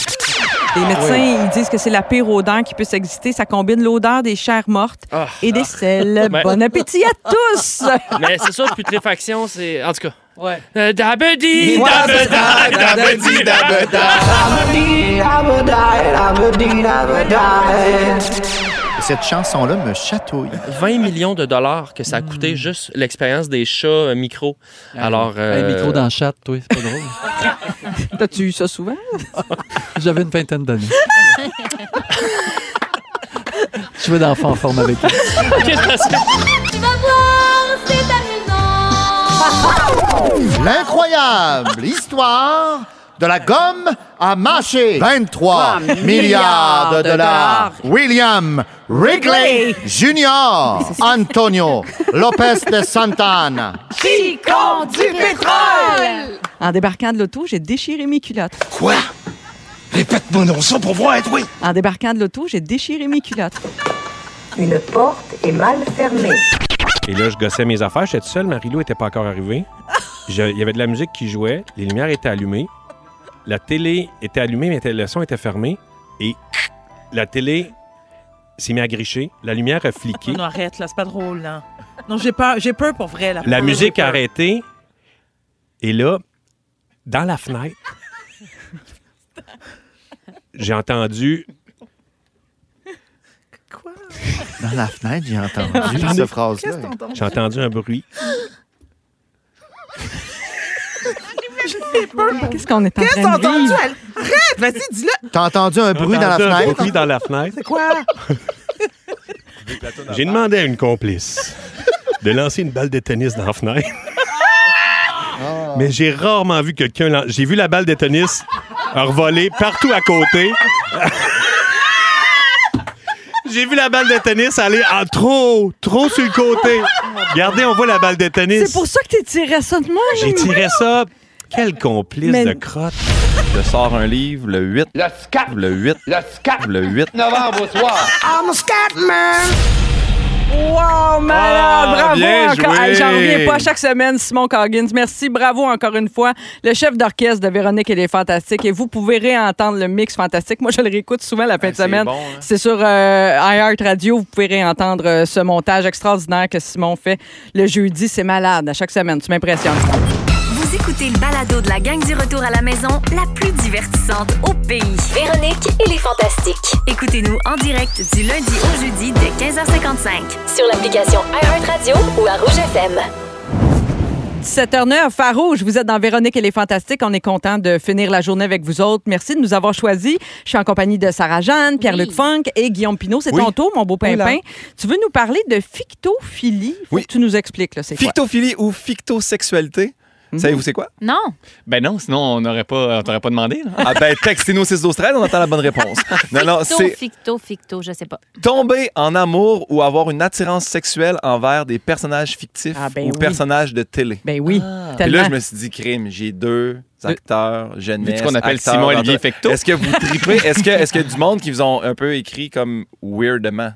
Les Ah médecins, ils disent que c'est la pire odeur qui puisse exister. Ça combine l'odeur des chairs mortes Ah. et des selles. Ben- Bon appétit à tous! Mais c'est ça, putréfaction, c'est. En tout cas. Ouais. Euh, Dabedi, Et cette chanson-là me chatouille. 20 millions de dollars que ça a coûté juste l'expérience des chats euh, Ah micro. Alors. Un euh, micro dans le chat, toi, c'est pas drôle. T'as-tu eu ça souvent? J'avais une vingtaine d'années. Je veux d'enfants en forme avec eux. L'incroyable histoire de la gomme à mâcher. 23 milliards de dollars. William Wrigley Jr. Antonio Lopez de Santana. En débarquant de l'auto, j'ai déchiré mes culottes. Quoi? Répète-moi non ça pour hein, voir être oui. En débarquant de l'auto, j'ai déchiré mes culottes. Une porte est mal fermée. Et là, je gossais mes affaires. J'étais tout seul. Marie-Lou n'était pas encore arrivée. Je- Il y avait de la musique qui jouait. Les lumières étaient allumées. La télé était allumée, mais était- le son était fermé. Et la télé s'est mise à gricher. La lumière a fliqué. Non, arrête, là, c'est pas drôle, là. Non, j'ai peur, j'ai peur pour vrai, là. La musique a arrêté. Et là, dans la fenêtre, j'ai entendu Dans la fenêtre, j'ai Ah, entendu cette phrase-là. j'ai entendu un bruit. Qu'est-ce qu'on est en train de vivre? T'as entendu un bruit dans la Entendu un fenêtre? bruit dans la fenêtre. C'est quoi? J'ai demandé à une complice de lancer une balle de tennis dans la fenêtre. Mais j'ai rarement vu quelqu'un. lan- J'ai vu la balle de tennis revoler partout à côté. J'ai vu la balle de tennis aller en trop, trop sur le côté. Regardez, on voit la balle de tennis. C'est pour ça que t'es tiré ça de moi? J'ai tiré ça. Quel complice Mais- de crotte. Je sors un livre le 8. Le 4. Le 8. Le 4. Le 8. Wow, malade! Ah, bravo bien encore! joué. Hey, J'en reviens pas chaque semaine, Simon Coggins. Merci, bravo encore une fois. Le chef d'orchestre de Véronique et les Fantastiques. Et vous pouvez réentendre le mix fantastique. Moi, je le réécoute souvent la fin de c'est semaine. bon, hein? C'est sur euh, iHeartRadio. Vous pouvez réentendre euh, ce montage extraordinaire que Simon fait le jeudi. C'est malade à chaque semaine. Tu m'impressionnes. Vous écoutez le balado de la gang du retour à la maison, la plus divertissante au pays. Véronique et les Fantastiques. Écoutez-nous en direct du lundi au jeudi dès 15h55. Sur l'application iHeartRadio ou à Rouge FM. 17h09, Farouche, vous êtes dans Véronique et les Fantastiques. On est content de finir la journée avec vous autres. Merci de nous avoir choisis. Je suis en compagnie de Sarah Jeanne, Pierre-Luc Oui. Funk et Guillaume Pinot. C'est Oui. ton tour, mon beau Oula. pimpin. Tu veux nous parler de fictophilie? Faut Oui. que tu nous expliques, là, c'est quoi? Fictophilie ou fictosexualité, Savez-vous c'est quoi? Non. Ben non, sinon on n'aurait pas, on t'aurait pas demandé. là. Ah ben, textez-nous 6 12 13, on attend la bonne réponse. Non, non, Ficto, c'est ficto, ficto, je sais pas. tomber en amour ou avoir une attirance sexuelle envers des personnages fictifs ben ou oui. personnages de télé. Ben oui, Ah. Puis là, tellement. je me suis dit, crime, j'ai deux acteurs, jeunesse, Vu qu'on appelle acteurs, Simon acteurs. Olivier Fecteau. Est-ce que vous tripez? Est-ce que, est-ce que du monde qui vous ont un peu écrit comme weirdement?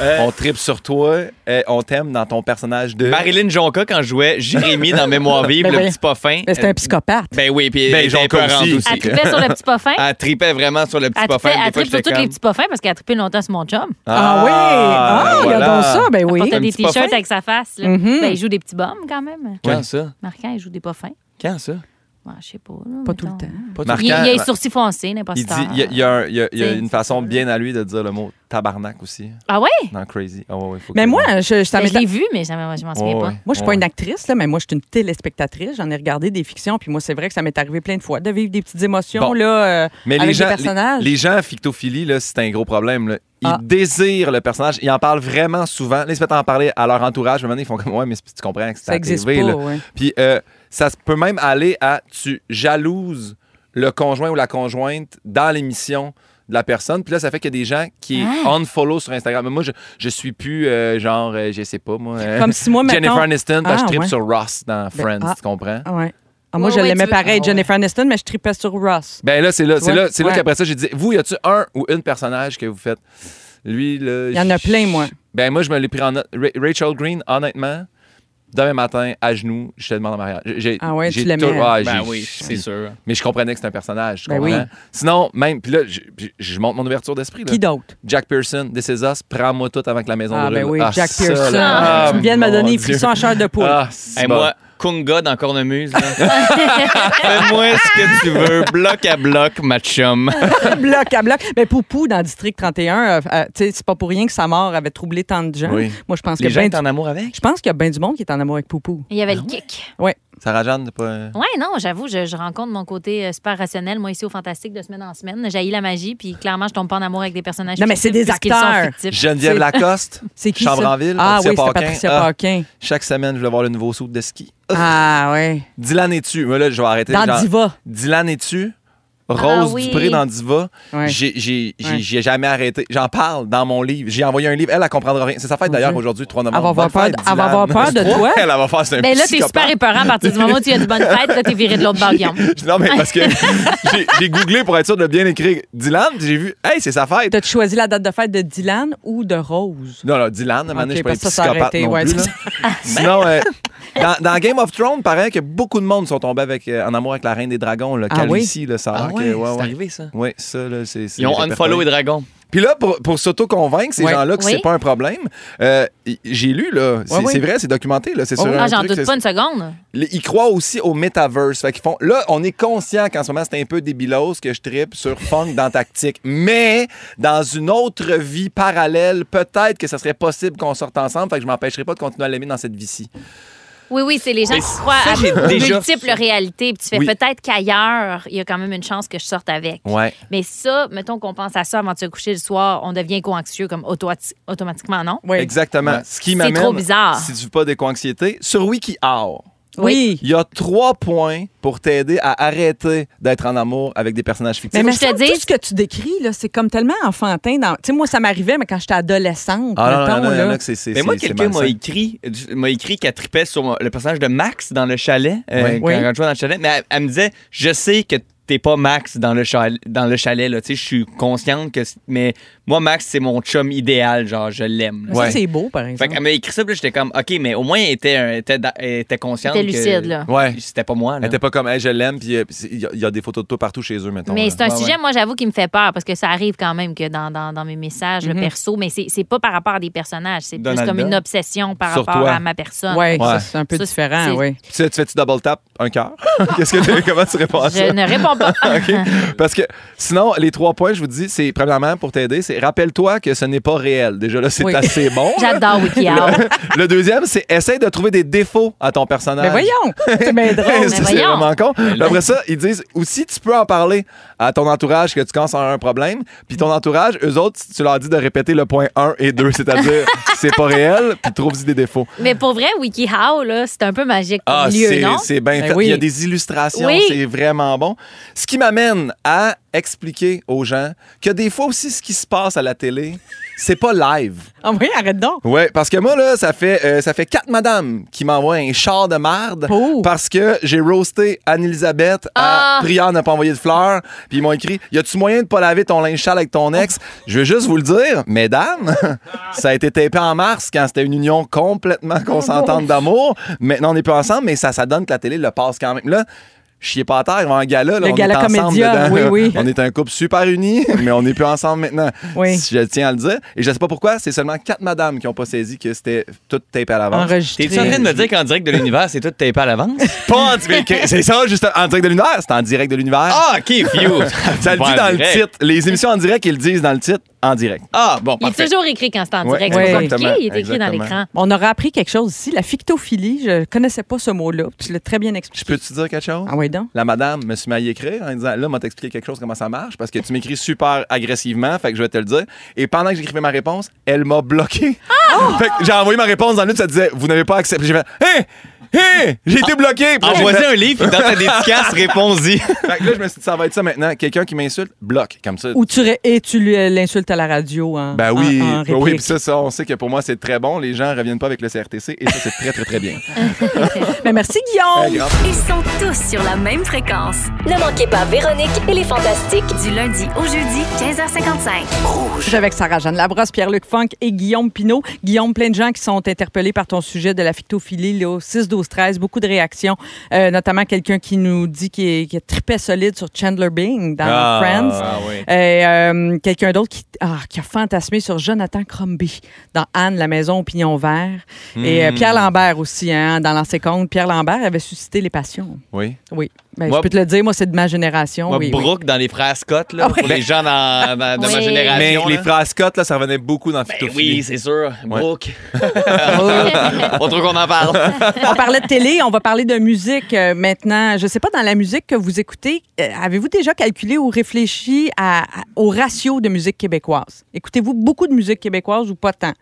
Euh, on tripe sur toi, euh, on t'aime dans ton personnage de... Marilyn Jonca, quand je jouais Jérémy dans Mémoire Vive, Ben le oui. petit pas fin. Mais c'est un psychopathe. Ben oui, puis Ben, elle était Jonca épeurante aussi. Elle tripait sur le petit pas fin. Elle tripait vraiment sur le petit Elle pas fin. trippait- Des fois, elle trippe sur j'étais tous les comme- petits parfums parce qu'elle a trippé longtemps sur mon chum. Ah, oui! Ah, voilà. regardons ça, ben oui. Il portait des petit pas t-shirts fin? avec sa face. là. Mhm. Ben, il joue des petits bombes quand même. Quand ça? Marquant, il joue des pas fins. Quand ça? Ouais, je sais pas. Pas tout le temps. Pas tout le il, il temps. a les sourcils foncés, Il n'importe dit, il y a, il y a un- il y a- il y a C'est- une façon bien à lui de dire le mot tabarnak aussi. Ah ouais? Dans Crazy. Ah ouais, ouais, faut que- Mais moi, je, je, ça Ben, je m'étonne- l'ai vu, mais jamais, moi, je m'en souviens Ouais, pas. ouais. Moi, je suis pas une actrice, là, mais moi, je suis une téléspectatrice. J'en ai regardé des fictions, puis moi, c'est vrai que ça m'est arrivé plein de fois de vivre des petites émotions Bon. là, euh, Mais avec les gens, des personnages. Les, les gens à fictophilie, là, c'est un gros problème. là. Ils Ah. désirent le personnage. Ils en parlent vraiment souvent. Là, ils se mettent à en parler à leur entourage. Maintenant, ils font comme, ouais, mais c'est- tu comprends que c'est Ça à la existe TV, pas, là. ouais. Puis euh, ça se peut même aller à tu jalouses le conjoint ou la conjointe dans l'émission de la personne. Puis là, ça fait qu'il y a des gens qui Ah. unfollow sur Instagram. Mais moi, je, je suis plus euh, genre, euh, je sais pas, moi. euh, Comme si moi, Jennifer mettons- Aniston, Ah, parce que je tripe ouais. sur Ross dans Friends, ah. tu comprends? Ouais. Ah, moi, Ouais, je ouais, l'aimais tu veux- pareil, Ah, ouais. Jennifer Aniston, mais je tripais sur Ross. Ben là, c'est là, Tu c'est vois? là, c'est là Ouais. qu'après ça, j'ai dit, vous, y a-tu un ou une personnage que vous faites? Lui, là. Il y en a je- plein, moi. Ben moi, je me l'ai pris en note. Ra- Rachel Green, honnêtement, demain matin, à genoux, je te demande en mariage. J'ai- Ah ouais, tu j'ai l'aimais. tout- ah, Ben j'ai- oui, c'est puis- sûr. Mais je comprenais que c'était un personnage. tu Ben comprends? oui. Sinon, même, puis là, je, je- je monte mon ouverture d'esprit. là. Qui d'autre? Jack Pearson, This Is Us, prends-moi tout avant que la maison Ah, brûle. ben oui, Jack ça, Pearson. Ah, là. Ah, tu viens de me mon donner les Dieu. frissons à chair de poule. Ah, c'est Hey, bon. Moi, Kunga dans Cornemuse. là. Fais-moi ce que tu veux, bloc à bloc, ma chum. Ah, bloc à bloc. Mais Poupou, dans District 31, euh, euh, tu sais, c'est pas pour rien que sa mort avait troublé tant de gens. Oui. Moi, je pense Les que gens ben étaient du- en amour avec? je pense qu'il y a bien du monde qui est en amour avec Poupou. Il y Ben avait le kick. Oui. Sarah Jeanne n'est pas. Ouais, non, j'avoue, je, je rencontre mon côté euh, super rationnel, moi, ici au Fantastique, de semaine en semaine. J'ai la magie, puis clairement, je tombe pas en amour avec des personnages. Non, mais fictifs c'est des puisqu'ils sont acteurs. fictifs. Geneviève C'est- Lacoste, C'est qui ça? Chambre-en-Ville, Ah Patricia oui, c'est Paquin. Patricia Ah, Paquin. Chaque semaine, je vais voir le nouveau saut de ski. Ah oui. Dylan es-tu? Moi, là, je vais arrêter. Dans genre- Diva. Dylan es-tu? Rose Ah oui. Dupré dans Diva. Ouais. J'ai j'ai- j'ai- Ouais. j'ai jamais arrêté. J'en parle dans mon livre. J'ai envoyé un livre. Elle, elle comprendra rien. C'est sa fête d'ailleurs aujourd'hui, 3 novembre. Elle va avoir Bonne peur fête, de- elle va Dylan. avoir peur de Je crois toi. qu'elle, Elle va faire c'est un Ben là, t'es psychopathe. super épeurant à partir du moment où tu as une bonne fête, là, t'es viré de l'autre bord, Guillaume. Non, mais parce que j'ai- j'ai googlé pour être sûr de bien écrire Dylan, puis j'ai vu, hey, c'est sa fête. T'as-tu choisi la date de fête de Dylan ou de Rose? Non, non, Dylan, à un moment donné, Ok, je parce suis que pas ça, ça un a psychopathe arrêté, non ouais, plus, c'est là. Sinon, euh, dans, dans Game of Thrones, paraît que beaucoup de monde sont tombés avec, euh, en amour avec la Reine des Dragons, le Ah oui? Khaleesi, là, ça a l'air que- ouais, ouais. ça. Oui, ça, là, c'est. c'est Ils ont répertorié. unfollow et dragon. Puis là, pour, pour s'auto-convaincre, ces Ouais. gens-là, que Oui. c'est pas un problème, euh, y- j'ai lu, là, c'est Ouais, ouais. Oh, c'est vrai, c'est documenté, là, c'est Ouais, sur ouais. un Ah, j'en truc, doute c'est- pas une seconde. Les- Ils croient aussi au metaverse. Fait qu'ils font. Là, on est conscient qu'en ce moment, c'est un peu débilos que je tripe sur funk dans tactique. Mais dans une autre vie parallèle, peut-être que ça serait possible qu'on sorte ensemble. Fait que je m'empêcherai pas de continuer à l'aimer dans cette vie-ci. Oui, oui, c'est les gens Mais qui croient ça, à j'ai déjà- multiples réalités. Puis tu fais Oui. peut-être qu'ailleurs, il y a quand même une chance que je sorte avec. Ouais. Mais ça, mettons qu'on pense à ça avant de se coucher le soir, on devient co-anxieux comme auto- automatiquement, non? Oui. Exactement. Ce qui C'est m'amène. trop bizarre. Si tu veux pas d'éco-anxiété, sur WikiHow. Oui. Il y a trois points pour t'aider à arrêter d'être en amour avec des personnages fictifs. Mais, Faut mais que je te semble tout dise- ce que tu décris, là, c'est comme tellement enfantin. Dans... Tu sais, moi, ça m'arrivait, mais quand j'étais adolescente, Ah non, mettons, non, non, il y en là. a que c'est- c'est. Mais moi, c'est- c'est quelqu'un m'a malsain. écrit, m'a écrit qu'elle tripait sur le personnage de Max dans le chalet, euh, Oui. quand Oui. elle jouait dans le chalet. Mais elle, elle me disait, je sais que t'es pas Max dans le chalet, dans le chalet là. Tu sais, je suis consciente que, c'est- mais moi, Max, c'est mon chum idéal, genre, je l'aime. là. Mais Ouais. Ça, c'est beau, par exemple. Fait qu'elle m'a écrit ça, puis là, j'étais comme, OK, mais au moins, elle était, elle était, da- elle était consciente. T'es lucide, que là. Ouais. C'était pas moi, Elle là. était pas comme, hey, je l'aime, puis euh, puis c'est- il y, a- il y a des photos de toi partout chez eux, mettons. Mais là. c'est un Ouais, sujet, ouais. moi, j'avoue, qui me fait peur parce que ça arrive quand même que dans, dans, dans mes messages, le perso, mais c'est c'est pas par rapport à des personnages, c'est plus Donalda. comme une obsession par Sur rapport toi. à ma personne. Ouais, Ouais. ça, c'est un peu Ça, c'est- différent, oui. Tu, tu fais-tu double tap, un cœur? Qu'est-ce que tu- comment tu réponds à Ah, ça? Je ne réponds pas. OK? Parce que sinon, les trois points, je vous dis, c'est premièrement pour t'aider, c'est rappelle-toi que ce n'est pas réel. Déjà là, c'est Oui. assez bon. là. J'adore WikiHow. Le, le deuxième, c'est essaye de trouver des défauts à ton personnage. Mais voyons! C'est bien drôle. Ça, Mais c'est voyons. vraiment con. Mais Après ça, ils disent aussi, tu peux en parler à ton entourage que tu commences à avoir un problème. Puis ton entourage, eux autres, tu leur dis de répéter le point 1 et 2, c'est-à-dire c'est pas réel, puis trouve-y des défauts. Mais pour vrai, WikiHow, là, c'est un peu magique comme Ah, lieu, c'est non? Ben c'est bien fait. Il y a des illustrations, Oui. c'est vraiment bon. Ce qui m'amène à expliquer aux gens que des fois aussi, ce qui se passe à la télé, c'est pas live. Ah oui, arrête donc. Oui, parce que moi, là, ça fait, euh, ça fait quatre madames qui m'envoient un char de marde Oh. parce que j'ai roasté Anne-Elisabeth Ah! à prière de ne pas envoyer de fleurs. Puis ils m'ont écrit Y a-tu moyen de pas laver ton linge sale avec ton ex Je veux juste vous le dire, mesdames, ça a été tapé en mars quand c'était une union complètement Oh consentante d'amour. Maintenant, on n'est plus ensemble, mais ça, ça donne que la télé le passe quand même. Là, Chiez pas à terre, il va en gala, là, Le on gala est ensemble comédia, dedans, oui, là. oui. On est un couple super uni, mais on n'est plus ensemble maintenant. Oui. Je tiens à le dire. Et je sais pas pourquoi, c'est seulement quatre madames qui ont pas saisi que c'était tout tapé à l'avance. T'es-tu en train de me dire qu'en direct de l'univers, c'est tout tapé à l'avance? Pas en direct. C'est ça, juste en direct de l'univers. C'est en direct de l'univers. Ah, OK, phew. ça le Pas dit en dans le direct. titre. Les émissions en direct, ils le disent dans le titre, en direct. Ah, bon, Il est toujours écrit quand c'est en Ouais, direct. C'est pas exactement, compliqué, il est écrit dans exactement. l'écran. On aura appris quelque chose ici. La fictophilie, je connaissais pas ce mot-là. Tu l'as très bien expliqué. Je peux-tu dire quelque chose? Ah oui, donc. La madame me suis mis à y écrire en disant Là, m'a t'expliquer quelque chose comment ça marche parce que tu m'écris super agressivement, fait que je vais te le dire. Et pendant que j'écrivais ma réponse, elle m'a bloqué. Ah! Fait que j'ai envoyé ma réponse dans le lit, ça disait Vous n'avez pas accepté. J'ai fait Hein! Hein! J'ai été bloqué! Puis là, j'ai Envoie-y fait- un livre, puis dans ta dédicace, réponds-y. Fait que là, je me suis dit, ça va être ça maintenant. Quelqu'un qui m'insulte, bloque. Comme ça. Ou tu ré- et tu lui- l'insultes à la radio. En, Ben oui, en- en ben oui, réplique. puis ça, ça, on sait que pour moi, c'est très bon. Les gens reviennent pas avec le CRTC et ça, c'est très, très, très bien. Mais merci, Guillaume. Eh, grave. Ils sont tous sur la même fréquence. Ne manquez pas Véronique et les Fantastiques du lundi au jeudi 15h55. Je suis avec Sarah-Jeanne Labrosse, Pierre-Luc Funk et Guillaume Pinault. Guillaume, plein de gens qui sont interpellés par ton sujet de la phytophilie, là, au 6, 12, 13. Beaucoup de réactions, euh, notamment quelqu'un qui nous dit qu'il est, qu'il est tripé solide sur Chandler Bing dans Ah, Friends. ah oui. Et euh, quelqu'un d'autre qui, ah, qui a fantasmé sur Jonathan Crombie dans Anne, la maison au pignon vert. Et Hmm. euh, Mm. Pierre Lambert aussi, hein, dans l'ancien compte. Pierre Lambert avait suscité les passions. Oui. Oui. Ben, Moi- je peux te le dire, moi, c'est de ma génération. Moi, oui, oui. Brooke dans les frères Scott, là, pour les gens dans, dans- de ma Oui. génération. Mais les hein? là. Eh phrases Scott, là, ça revenait beaucoup Ben dans Phytophilie. oui, c'est sûr. Brooke. Oh, Pas trop qu'on en parle. on parlait de télé, on va parler de musique euh, maintenant. Je ne sais pas, dans la musique que vous écoutez, euh, avez-vous déjà calculé ou réfléchi à- à- au ratio de musique québécoise? Écoutez-vous beaucoup de musique québécoise ou pas tant?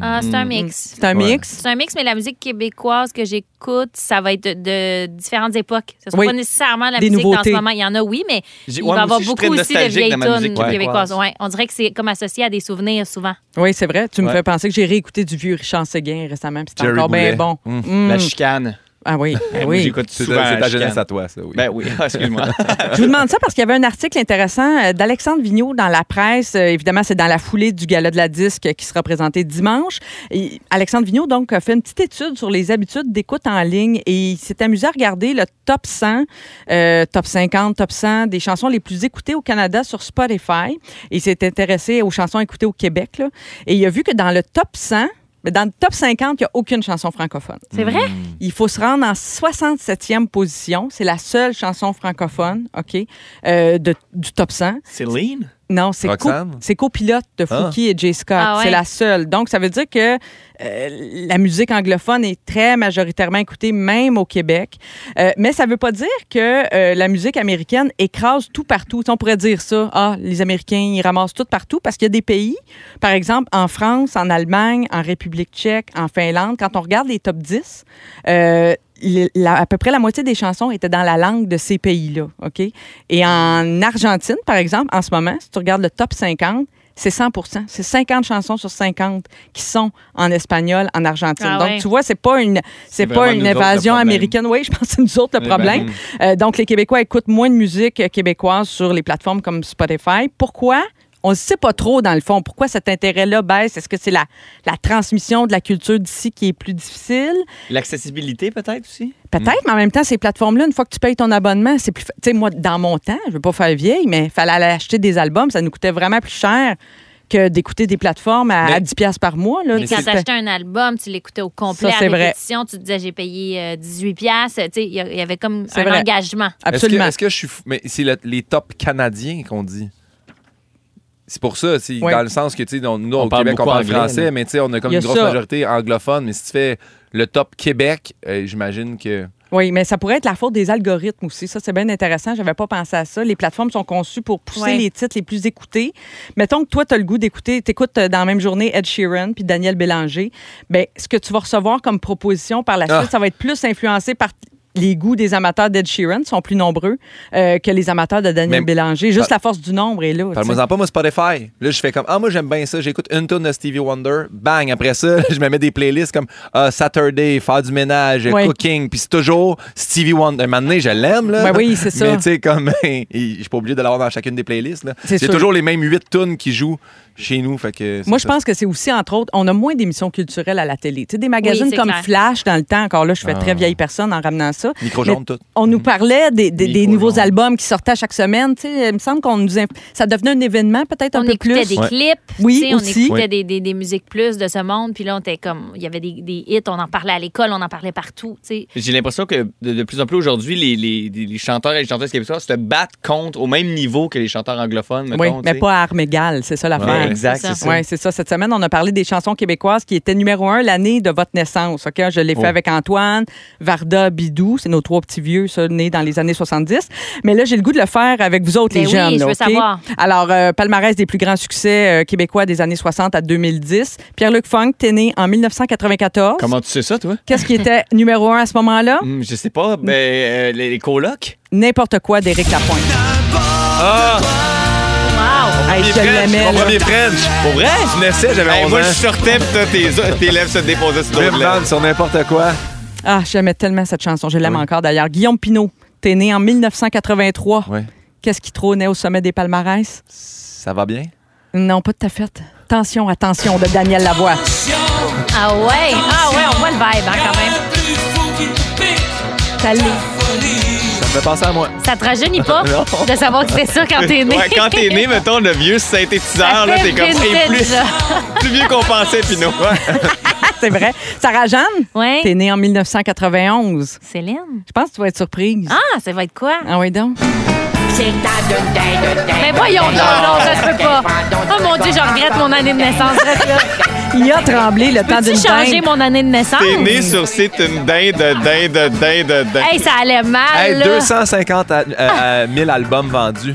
Ah, c'est un Mm. mix. C'est un mix? C'est un mix, mais la musique québécoise que j'écoute, ça va être de, de différentes époques. Ce ne sera Oui. pas nécessairement la Des musique nouveautés. en ce moment. Il y en a, oui, mais J'ai- il ouais, va y moi avoir aussi, je suis beaucoup très aussi de nostalgique vieilles de ma tunes musique québécoise. québécoises. Ouais. On dirait que c'est comme associé à des souvenirs souvent. Oui, c'est vrai. Tu me Ouais. fais penser que j'ai réécouté du vieux Richard Séguin récemment, puis c'était Jerry encore bien Boulet. bon. Hum. Mm. Mm. La chicane. Ah oui, Eh oui. J'écoute C'est ta- souvent c'est la ta jeunesse chicane. à toi, ça, oui. Ben oui, Ah, excuse-moi. Je vous demande ça parce qu'il y avait un article intéressant euh, d'Alexandre Vigneault dans la presse. Euh, évidemment, c'est dans la foulée du gala de la disque euh, qui sera présenté dimanche. Et Alexandre Vigneault, donc, a fait une petite étude sur les habitudes d'écoute en ligne et il s'est amusé à regarder le top 100, euh, top 50, top 100 des chansons les plus écoutées au Canada sur Spotify. Et il s'est intéressé aux chansons écoutées au Québec. là. Et il a vu que dans le top 100, mais dans le top 50, il n'y a aucune chanson francophone. C'est vrai? Il faut se rendre en 67e position. C'est la seule chanson francophone, OK, euh, de- du top 100. Céline? Non, c'est co- Roxane? c'est copilote de Fouki Ah. et Jay Scott. Ah ouais? C'est la seule. Donc, ça veut dire que euh, la musique anglophone est très majoritairement écoutée, même au Québec. Euh, mais ça ne veut pas dire que euh, la musique américaine écrase tout partout. Tu sais, on pourrait dire ça. Ah, les Américains, ils ramassent tout partout parce qu'il y a des pays, par exemple, en France, en Allemagne, en République tchèque, en Finlande, quand on regarde les top 10, euh, le- la- à peu près la moitié des chansons étaient dans la langue de ces pays-là. OK? Et en Argentine, par exemple, en ce moment, si tu regardes le top 50, c'est 100 C'est 50 chansons sur 50 qui sont en espagnol, en argentine. Ah Donc, ouais. tu vois, c'est pas une, c'est C'est pas vraiment une nous autres le évasion problème. américaine. Oui, je pense que c'est nous autres le Eh ben, problème. Euh, donc, les Québécois écoutent moins de musique euh, québécoise sur les plateformes comme Spotify. Pourquoi? On ne sait pas trop, dans le fond, pourquoi cet intérêt-là baisse. Est-ce que c'est la, la transmission de la culture d'ici qui est plus difficile? L'accessibilité, peut-être aussi? Peut-être, mais en même temps, ces plateformes-là, une fois que tu payes ton abonnement, c'est plus. fa- Tu sais, moi, dans mon temps, je veux pas faire vieille, mais fallait aller acheter des albums, ça nous coûtait vraiment plus cher que d'écouter des plateformes à, Mais- à 10 pièces par mois. Là, Mais Tu sais, quand c'était- t'achetais un album, tu l'écoutais au complet Ça, à c'est vrai. répétition, tu te disais j'ai payé euh, 18 piastres. Tu sais, Il y a- il y avait comme C'est un vrai. engagement. Est-ce que, est-ce que je suis. fou- Mais c'est le- les tops canadiens qu'on dit. C'est pour ça, c'est Ouais. dans le sens que, tu sais, nous, nous, On au parle Québec, on beaucoup parle anglais, français, là. mais tu sais, on a comme Il y a une grosse ça. majorité anglophone. Mais si tu fais le top Québec, euh, j'imagine que. Oui, mais ça pourrait être la faute des algorithmes aussi. Ça, c'est bien intéressant. J'avais pas pensé à ça. Les plateformes sont conçues pour pousser Ouais. les titres les plus écoutés. Mettons que toi, tu as le goût d'écouter, tu écoutes dans la même journée Ed Sheeran puis Daniel Bélanger. Ben, ce que tu vas recevoir comme proposition par la suite, Ah. ça va être plus influencé par les goûts des amateurs d'Ed Sheeran sont plus nombreux euh, que les amateurs de Daniel Mais- Bélanger. Juste Par- la force du nombre est là. tu sais. Parle-moi-en pas, moi, Spotify. Là, je fais comme, ah, moi, j'aime bien ça. J'écoute une tonne de Stevie Wonder. Bang! Après ça, je me mets des playlists comme ah, Saturday, faire du ménage, Ouais. cooking. Puis c'est toujours Stevie Wonder. Un moment donné, je l'aime, là. Ben oui, c'est ça. Mais tu sais, comme, je suis pas obligé de l'avoir dans chacune des playlists, là. C'est J'ai sûr. toujours les mêmes huit tonnes qui jouent chez nous. Fait que. c'est Moi, je ça. pense que c'est aussi, entre autres, on a moins d'émissions culturelles à la télé. Tu sais, des magazines c'est comme clair. Flash, dans le temps, encore là, je fais Ah. très vieille personne en ramenant ça. Micro jaune, Mais tout. On Mm-hmm. nous parlait des, des- des nouveaux albums qui sortaient chaque semaine. Tu sais, il me semble qu'on nous. inf- Ça devenait un événement, peut-être un peu plus. écoutait des clips, Oui, tu sais, on aussi. écoutait Oui. des, des- des musiques plus de ce monde, puis là on était comme il y avait des, des hits, on en parlait à l'école, on en parlait partout, tu sais. J'ai l'impression que de, de plus en plus aujourd'hui, les, les- les- les chanteurs et les chanteuses québécois se battent contre au même niveau que les chanteurs anglophones. Oui, mettons, mais tu sais. pas à armes égales, c'est ça l'affaire. Ouais, exact, c'est ça. Ouais, c'est ça. Cette semaine, on a parlé des chansons québécoises qui étaient numéro un l'année de votre naissance. Ok, Je l'ai Oh. fait avec Antoine, Varda, Bidou, c'est nos trois petits vieux, ça, nés dans les années 70. Mais là, j'ai le goût de le faire avec vous autres, Ben les oui, jeunes. je là, veux ok? savoir. Alors, euh, palmarès des plus grands succès euh, québécois des années 60 à 2010. Pierre-Luc Funk, t'es né en 1994. Comment tu sais ça, toi? Qu'est-ce qui était numéro un à ce moment-là? Hum, Je sais pas, ben, euh, les, les colocs? N'importe quoi d'Éric Lapointe. Ah! Wow! Mon je premier French, l'aimais, mon là. premier French! Pour vrai? Je naissais, j'avais Hey, 11 Moi, ans. je sortais, puis toi, tes, tes lèvres se déposaient sur Je d'autres me lèvres. vante sur n'importe quoi. Ah, j'aimais tellement cette chanson. Je l'aime encore d'ailleurs. Guillaume Pinault, t'es né en 1983. Oui. Qu'est-ce qui trônait au sommet des palmarès? Ça va bien? Non, pas de ta fête. Tension, attention, de Daniel Lavoie. Ah ouais, ah ouais, on voit le vibe hein, quand même. Ça l'est. Ça me fait penser à moi. Ça te rajeunit pas Non. de savoir que c'est ça quand t'es né. Ouais, quand t'es né, mettons, le vieux synthétiseur, Ça là, t'es fait comme hey, vintage, plus, là. plus vieux qu'on pensait, Pinot. C'est vrai. Sarah Jeanne, Ouais. t'es née en 1991. Céline. Je pense que tu vas être surprise. Ah, ça va être quoi? Ah oui, donc. Mais voyons donc, non, ça se peut pas. Oh mon Dieu, je regrette mon année de naissance. Bref, là, Il a tremblé le temps d'une Peux-tu changer dinde. mon année de naissance? T'es né sur c'est une dinde, dinde, dinde, dinde. Hey, ça allait mal. Hey, là. 250 à, euh, à 1000 albums vendus.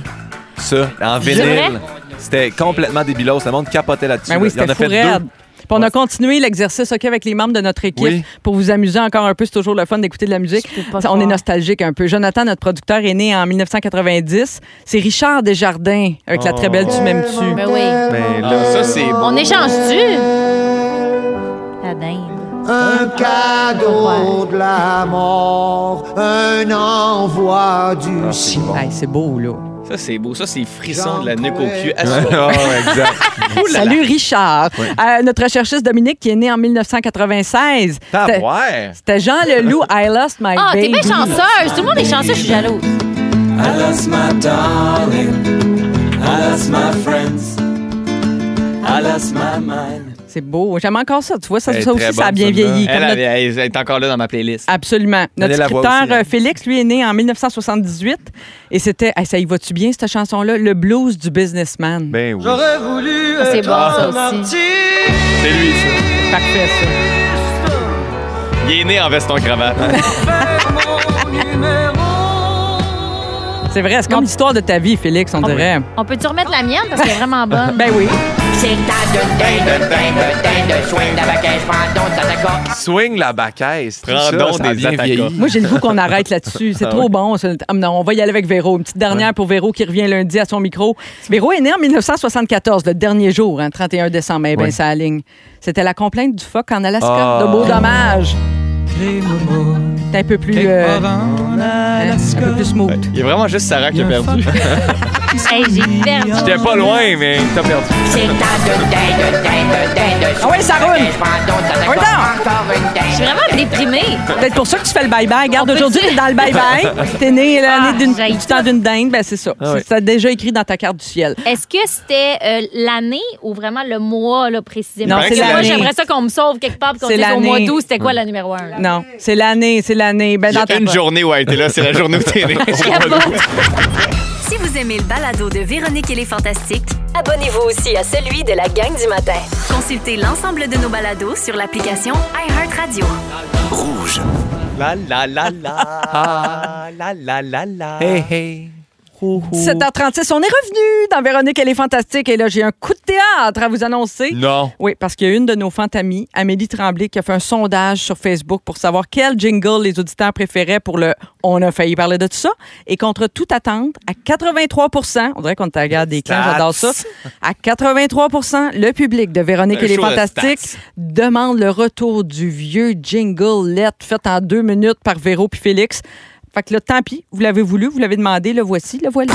Ça, en vrai? vinyle. C'était complètement débilos. Le monde capotait là-dessus. Ben oui, Il y en c'était a fou fait raide. deux. Puis on a continué l'exercice OK, avec les membres de notre équipe Oui. pour vous amuser encore un peu. C'est toujours le fun d'écouter de la musique. On est nostalgique un peu. Jonathan, notre producteur, est né en 1990. C'est Richard Desjardins avec la très belle Tu m'aimes-tu. Ben oui. Mais Ah, ça, c'est beau. On échange-tu? La dinde. Un cadeau de la mort, un envoi du ciel. c'est beau, là. Ça, c'est beau. Ça, c'est frisson de la nuque aux pieds. assuré. Ah, Ouh là là. Salut Richard. Euh, notre chercheuse Dominique qui est née en 1996. C'était- ouais. C'était Jean Leloup, I Lost My Ah, t'es ben Baby. bien chanceuse. Tout le monde est chanceux, je suis jalouse. I lost my darling. I lost my friends. I lost my mind. C'est beau. J'aime encore ça. Tu vois, ça, Elle est ça aussi, très ça a bonne, bien celle-là. vieilli. Comme Elle, notre- avait- elle est encore là dans ma playlist. Absolument. Notre Donnez la voix scripteur aussi, hein. euh, Félix, lui, est né en 1978 et c'était. Hey, ça y va-tu bien, cette chanson-là? Le blues du businessman. Ben oui. J'aurais voulu Ah, c'est être bon, ça un aussi. Ah. artiste. C'est lui, ça. Parfait, ça. Il est né en veston cravate. C'est vrai, c'est comme l'histoire de ta vie, Félix, on dirait. On peut-tu remettre la mienne parce qu'elle est vraiment bonne? Ah Ben oui. C'est ta de dinde, dinde, dinde, swing la baquette, prends donc ta tacotte. Swing la bacaisse. Tout Prends ça, donc ça a des bien attaquas. vieilli. Moi, j'ai le goût qu'on arrête là-dessus. C'est Ah trop ouais. bon. ça. Ah, non, on va y aller avec Véro. Une petite dernière pour Véro qui revient lundi à son micro. Véro est né en 1974, le dernier jour, hein, 31 décembre. Eh bien, Ouais. ça aligne. C'était la complainte du phoque en Alaska. Ah. De beaux dommages. T'es un peu plus. euh, hein, un peu plus smooth. Il est vraiment juste Sarah qui a perdu. Hey, j'ai perdu. J'étais pas loin, mais t'as perdu. Ah ouais, ça roule. Oui, non. Je suis vraiment déprimée. C'est pour ça que tu fais le bye-bye. Regarde, aujourd'hui, t'es dans le bye-bye. T'es né l'année d'une- du temps d'une dinde. Ben, c'est ça. Ah ouais. C'est- C'est déjà écrit dans ta carte du ciel. Est-ce que c'était euh, l'année ou vraiment le mois, là, Non, précisément? Parce que c'est moi, l'année. j'aimerais ça qu'on me sauve quelque part et qu'on C'est dise au mois l'année. d'août, c'était quoi la numéro 1? Non, c'est l'année, c'est l'année. Ben, Il y dans ta- a une journée où elle était là, c'est la journée où t'es né. Si vous aimez le balado de Véronique et les Fantastiques, Abonnez-vous aussi à celui de la gang du matin. consultez l'ensemble de nos balados sur l'application iHeartRadio. Rouge. La la la la. La la la la. Ah. Hey, hey. 7h36, on est revenu dans Véronique, elle est fantastique. Et là, j'ai un coup de théâtre à vous annoncer. Non. Oui, parce qu'il y a une de nos fantamies, Amélie Tremblay, qui a fait un sondage sur Facebook pour savoir quel jingle les auditeurs préféraient pour le On a failli parler de tout ça. Et contre toute attente, à 83 on dirait qu'on te regarde des clans, Stats. j'adore ça. À 83 le public de Véronique Un et les show de Fantastiques stats. demande le retour du vieux jingle let fait en deux minutes par Véro puis Félix. Fait que là, tant pis, vous l'avez voulu, vous l'avez demandé, le voici, le voilà.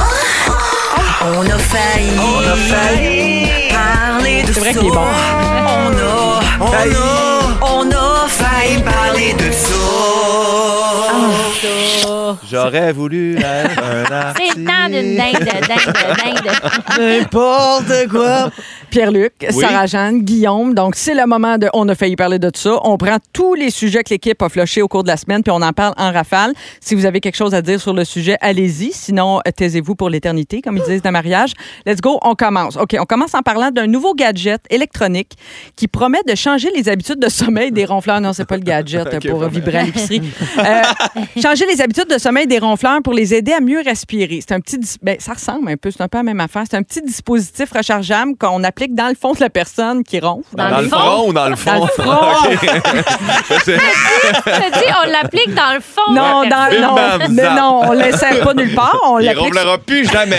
On a failli. On a failli. Parler de C'est vrai qu'il est On bon. a. On a. On a failli parler de ça. J'aurais voulu être un artiste. C'est le temps d'une dinde, dinde, dinde. N'importe quoi. Pierre-Luc, Oui. Sarah-Jeanne, Guillaume. Donc, c'est le moment de On a failli parler de tout ça. On prend tous les sujets que l'équipe a flushés au cours de la semaine, puis on en parle en rafale. Si vous avez quelque chose à dire sur le sujet, allez-y. Sinon, euh, taisez-vous pour l'éternité, comme ils disent dans mariage. Let's go, on commence. OK, on commence en parlant d'un nouveau gadget électronique qui promet de changer les habitudes de sommeil des ronfleurs. Non, c'est pas le gadget Ok, pour pas mal. vibrer à l'épicerie. Euh, changer les habitudes de sommeil des ronfleurs pour les aider à mieux respirer. C'est un petit. dis- ben, ça ressemble un peu, c'est un peu la même affaire. C'est un petit dispositif rechargeable qu'on applique dans le fond de la personne qui ronfle. Dans, le front ou dans le fond? Dans le front. Ok. C'est- T'as dit, on l'applique dans le fond. Non, dans, Bim, non, bam, mais zap. non, on ne l'insère pas nulle part. On Il l'applique ronflera plus jamais.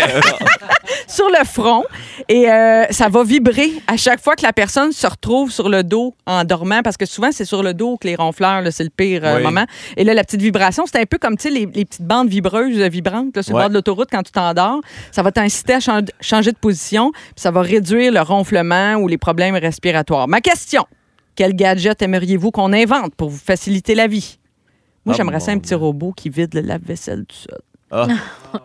sur le front et euh, ça va vibrer à chaque fois que la personne se retrouve sur le dos en dormant parce que souvent c'est sur le dos que les ronfleurs là, c'est le pire euh, Oui. moment et là la petite vibration c'est un peu comme tu sais, les, les petites bandes vibreuses euh, vibrantes là, sur le Ouais. bord de l'autoroute quand tu t'endors ça va t'inciter à chan- changer de position puis ça va réduire le ronflement ou les problèmes respiratoires ma question quel gadget aimeriez-vous qu'on invente pour vous faciliter la vie moi Ah, j'aimerais ça un mon petit robot qui vide le lave-vaisselle du sol Ah.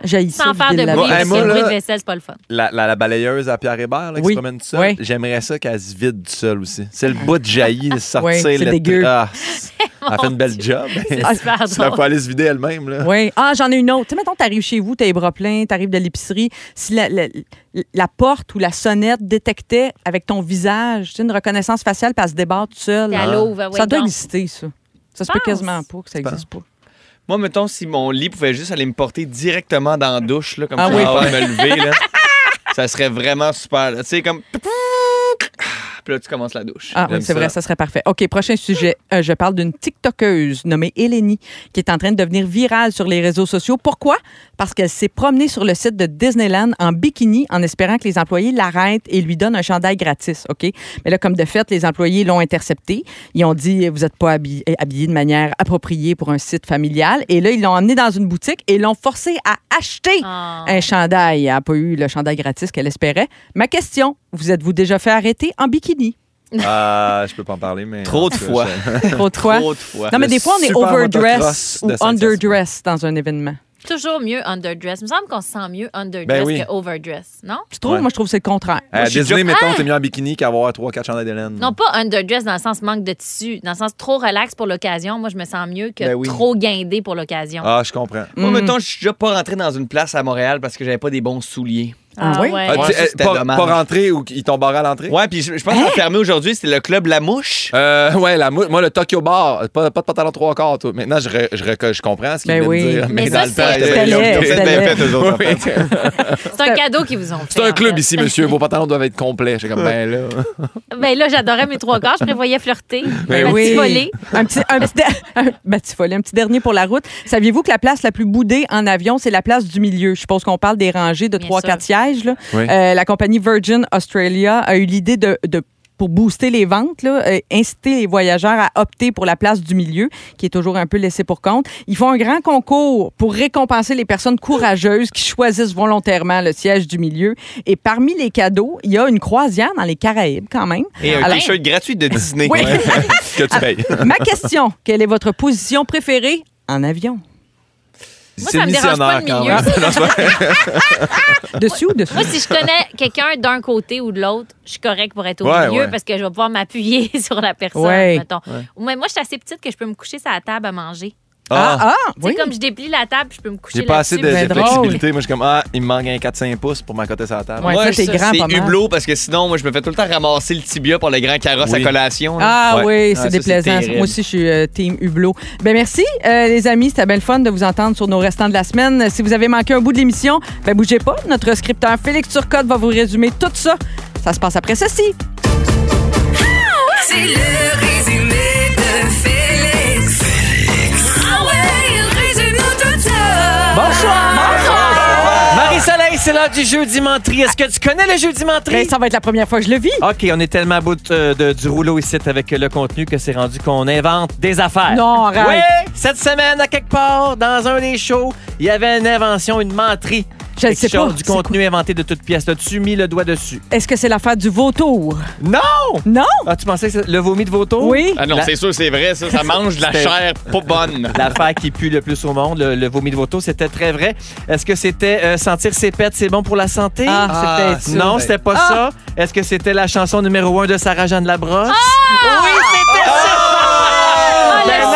J'haïs ça, Sans faire vider de le bruit, parce lave-vaisselle. que moi, le bruit là- de vaisselle, c'est pas le fun. La, la, la balayeuse à Pierre Hébert là, qui Oui. se promène toute seule, j'aimerais ça qu'elle se vide toute seule aussi. C'est le bout de jaillit, de sortir Oui, c'est le- dégueu. Ah, elle fait une belle job. Ah, C'est super Tu vas drôle. pas aller se vider elle-même. là. Oui. Ah, j'en ai une autre. Tu sais, mettons, t'arrives chez vous, t'as les bras pleins, t'arrives de l'épicerie. Si la, la- la porte ou la sonnette détectait avec ton visage, tu sais, une reconnaissance faciale, puis elle se débarre toute seule. Puis elle Ah. ouvre, ouais, ça doit donc. exister, ça. Ça se peut Pense. quasiment pas que ça existe pas. Moi, mettons, si mon lit pouvait juste aller me porter directement dans la douche, là, comme Ah ça, oui. avant de me lever, là, ça serait vraiment super. là. Tu sais, comme. ah, Puis là, tu commences la douche. Ah oui, J'aime c'est vrai, ça serait parfait. OK, prochain sujet. Euh, je parle d'une TikTokeuse nommée Eleni qui est en train de devenir virale sur les réseaux sociaux. Pourquoi? Parce qu'elle s'est promenée sur le site de Disneyland en bikini en espérant que les employés l'arrêtent et lui donnent un chandail gratis. OK? Mais là, comme de fait, les employés l'ont interceptée. Ils ont dit Vous n'êtes pas habillé, habillé de manière appropriée pour un site familial. Et là, ils l'ont emmené dans une boutique et l'ont forcé à acheter Ah. un chandail. Elle n'a pas eu le chandail gratis qu'elle espérait. Ma question, vous êtes-vous déjà fait arrêter en bikini? Ah, je peux pas en parler, mais. Trop en de tout cas, fois. je- Trop de fois. Non, mais Le des fois, on est super overdress motocross ou de Saint-Hyacinthe. underdress dans un événement. Toujours mieux underdress. Il me semble qu'on se sent mieux underdress Ben oui. que overdress, non? Tu trouves? Ouais. Moi, je trouve que c'est le contraire. À Moi, je suis Euh, Disney, déjà- mettons, Ah! t'es mieux en bikini qu'avoir 3-4 chandails d'Hélène. Non, pas underdress dans le sens manque de tissu, dans le sens trop relax pour l'occasion. Moi, je me sens mieux que Ben oui. trop guindé pour l'occasion. Ah, je comprends. Moi, hmm. mettons, je suis déjà pas rentré dans une place à Montréal parce que j'avais pas des bons souliers. Ah Ah oui? ouais? Ouais, Ah, tu- ça, eh, c'était pas, dommage. pas rentré ou ils t'ont barré à Ah. l'entrée? Ouais, puis je, je Hein? pense qu'on fermé aujourd'hui, c'était le club La Mouche. Euh, ouais, la mou- moi, le Tokyo Bar, pas, pas de pantalon trois quarts. toi. Maintenant, je, re- je, reco- je comprends ce qu'ils Ben viennent oui. dire. Mais Mais, ça, dans le temps, c'est- c'était laid, c'était laid. Oui. C'est un cadeau qu'ils vous ont fait. C'est un en club fait. ici, monsieur. Vos pantalons doivent être complets. J'étais comme, ben là. Ben là, j'adorais mes trois quarts. Je prévoyais flirter. Ben un oui. petit volet. Un petit, un, petit de- un ben, petit follet, un petit dernier pour la route. Saviez-vous que la place la plus boudée en avion, c'est la place du milieu? Je suppose qu'on parle des rangées de 3-4 sièges. là. Oui. Euh, la compagnie Virgin Australia a eu l'idée de, de pour booster les ventes, là, euh, inciter les voyageurs à opter pour la place du milieu, qui est toujours un peu laissée pour compte. Ils font un grand concours pour récompenser les personnes courageuses qui choisissent volontairement le siège du milieu. Et parmi les cadeaux, il y a une croisière dans les Caraïbes quand même. Et un Alors- t-shirt gratuit de Disney. Oui. Ah. que tu payes. Ma question, quelle est votre position préférée en avion? C'est ça me dérange missionnaire pas le quand milieu. même. Non, c'est pas- Dessus ou dessous? Moi, si je connais quelqu'un d'un côté ou de l'autre, je suis correcte pour être au Ouais, milieu ouais. parce que je vais pouvoir m'appuyer sur la personne, Ouais. mettons. Ouais. Ou même, moi, je suis assez petite que je peux me coucher sur la table à manger. Ah. Ah, ah, Tu sais, oui. comme je déplie la table, je peux me coucher J'ai pas assez de, là-dessus. de flexibilité. Moi, je suis comme, ah, il me manque un 4-5 pouces pour m'accoter sur la table. Moi, ça, C'est hublot parce que sinon, moi, je me fais tout le temps ramasser le tibia pour le grand carrosse Oui. à collation. là. Ah Ouais. oui, c'est Ah, ça, déplaisant. terrible. Moi aussi, je suis euh, team Hublot. Ben merci, euh, les amis. C'était belle fun de vous entendre sur nos restants de la semaine. Si vous avez manqué un bout de l'émission, ben bougez pas. Notre scripteur Félix Turcotte va vous résumer tout ça. Ça se passe après ceci. C'est le résumé de Félix. Félix. Ah ouais, il résume tout ça. Marie-Soleil, c'est l'heure du jeu dimenterie. Est-ce que tu connais le jeu dimenterie? Ben, ça va être la première fois que je le vis. OK, on est tellement à bout de- euh, de- du rouleau ici avec euh, le contenu que c'est rendu qu'on invente des affaires. Non, arrête. Oui, cette semaine, à quelque part, dans un des shows, il y avait une invention, une menterie. Je le sais Quelque chose pas, Du c'est contenu inventé de toutes pièces. As-tu mis le doigt dessus? Est-ce que c'est l'affaire du vautour? Non! Non! Ah, tu pensais que c'est le vomi de Oh. vautour? Oui. Ah non, c'est sûr, c'est vrai, ça. Ça mange de la C'était chair pas bonne. L'affaire qui pue le plus au monde, le, le vomi de vautour, c'était très vrai. Est-ce que c'était euh, sentir ses pets, c'est bon pour la santé? Ah, C'était- ah, c'est non, vrai. c'était pas Ah. ça. Est-ce que c'était la chanson numéro un de Sarah Jeanne Labrosse? Ah! Oui, c'était Oh! ça. Ben non.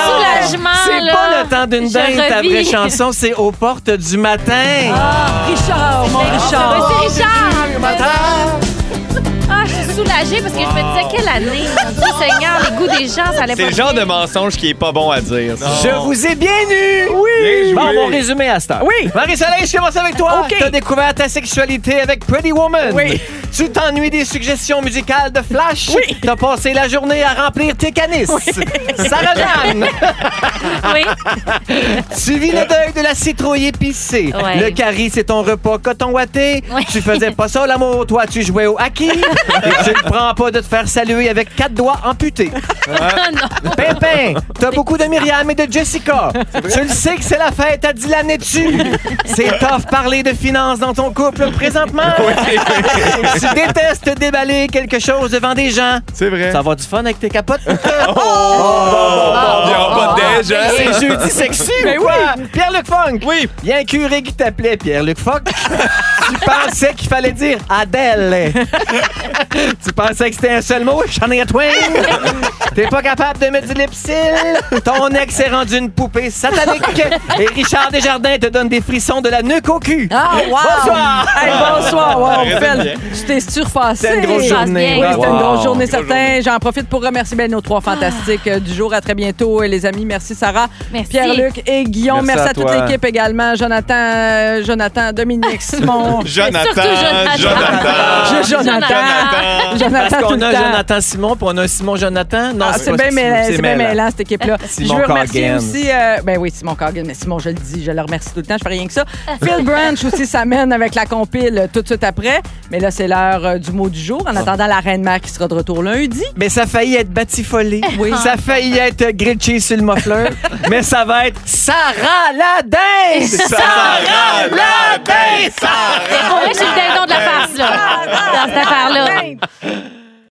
C'est là. pas le temps d'une Je dinde, ta vraie revis. chanson, c'est aux portes du matin. Ah, Richard, mon Ah! Richard. Richard. Richard. Ah, je suis soulagée parce que je me disais quelle année. Mon Dieu Seigneur, les goûts des gens, ça allait C'est pas le genre de mensonge qui est pas bon à dire. ça. Je vous ai bien eu! Bien joué. Bon, mon résumé à cette heure. Oui. Marie-Soleil, je commence avec toi. T'as découvert ta sexualité avec Pretty Woman. Oui. Tu t'ennuies des suggestions musicales de Flash. Oui. T'as passé la journée à remplir tes canisses. Sarah Jeanne. Oui. Tu vis le deuil de la citrouille épicée. Ouais. Le curry, c'est ton repas coton watté. Tu faisais pas ça, l'amour. Toi, tu jouais au hockey. Et tu ne prends pas de te faire saluer avec quatre doigts amputés. Pimpin, t'as beaucoup de Myriam et de Jessica. Tu le sais que c'est la fête à Dylan et tu. C'est tough parler de finances dans ton couple présentement. tu détestes déballer quelque chose devant des gens. C'est vrai. Ça va du fun avec tes capotes. Oh! Il y aura pas de déj, hein? Euh, C'est jeudi sexy Ben ou quoi? Pierre-Luc Funk! Oui! Il y a un curé qui t'appelait Pierre-Luc Funk. tu pensais qu'il fallait dire Adèle. tu pensais que c'était un seul mot? J'en ai un twin! T'es pas capable de mettre du lipsil? Ton ex est rendu une poupée satanique! Et Richard Desjardins te donne des frissons de la nuque au cul! Ah, wow! Bonsoir! Hey, bonsoir, wow, Phil. bien. Tu t'es surpassé. C'était une grosse journée. Bah, Oui, c'était une Wow. grosse journée, certain. J'en profite pour remercier ben nos trois fantastiques euh, du jour. À très bientôt, euh, les amis. Merci, Sarah, Pierre-Luc et Guillaume. Merci Merci, à à, toute toi. l'équipe également. Jonathan, euh, Jonathan, Dominique, Simon. Jonathan, Surtout Jonathan. Jonathan. Je- Jonathan. Jonathan. Jonathan Parce tout qu'on le a temps. Jonathan Simon, puis on a un Simon Jonathan. Non, Ah, c'est pas bien Simon, mêlant, c'est bien mêlant. mêlant, cette équipe-là. Simon je veux remercier Coggan. aussi, euh, ben oui, Simon Coggan, mais Simon, je le dis, je le remercie tout le temps, je fais rien que ça. Phil Branch aussi s'amène avec la compile euh, tout de suite après, mais là, c'est l'heure euh, du mot du jour, Ah. en attendant la Reine-Mère qui sera de retour lundi. Mais Ben, ça a failli être batifolé. Oui. Ça a failli être grilled cheese sur le muffler. mais ça va être Sarah Ladin! Sarah Ladin! Mais pour vrai, je suis le dindon de la farce, là. Dans cette affaire-là.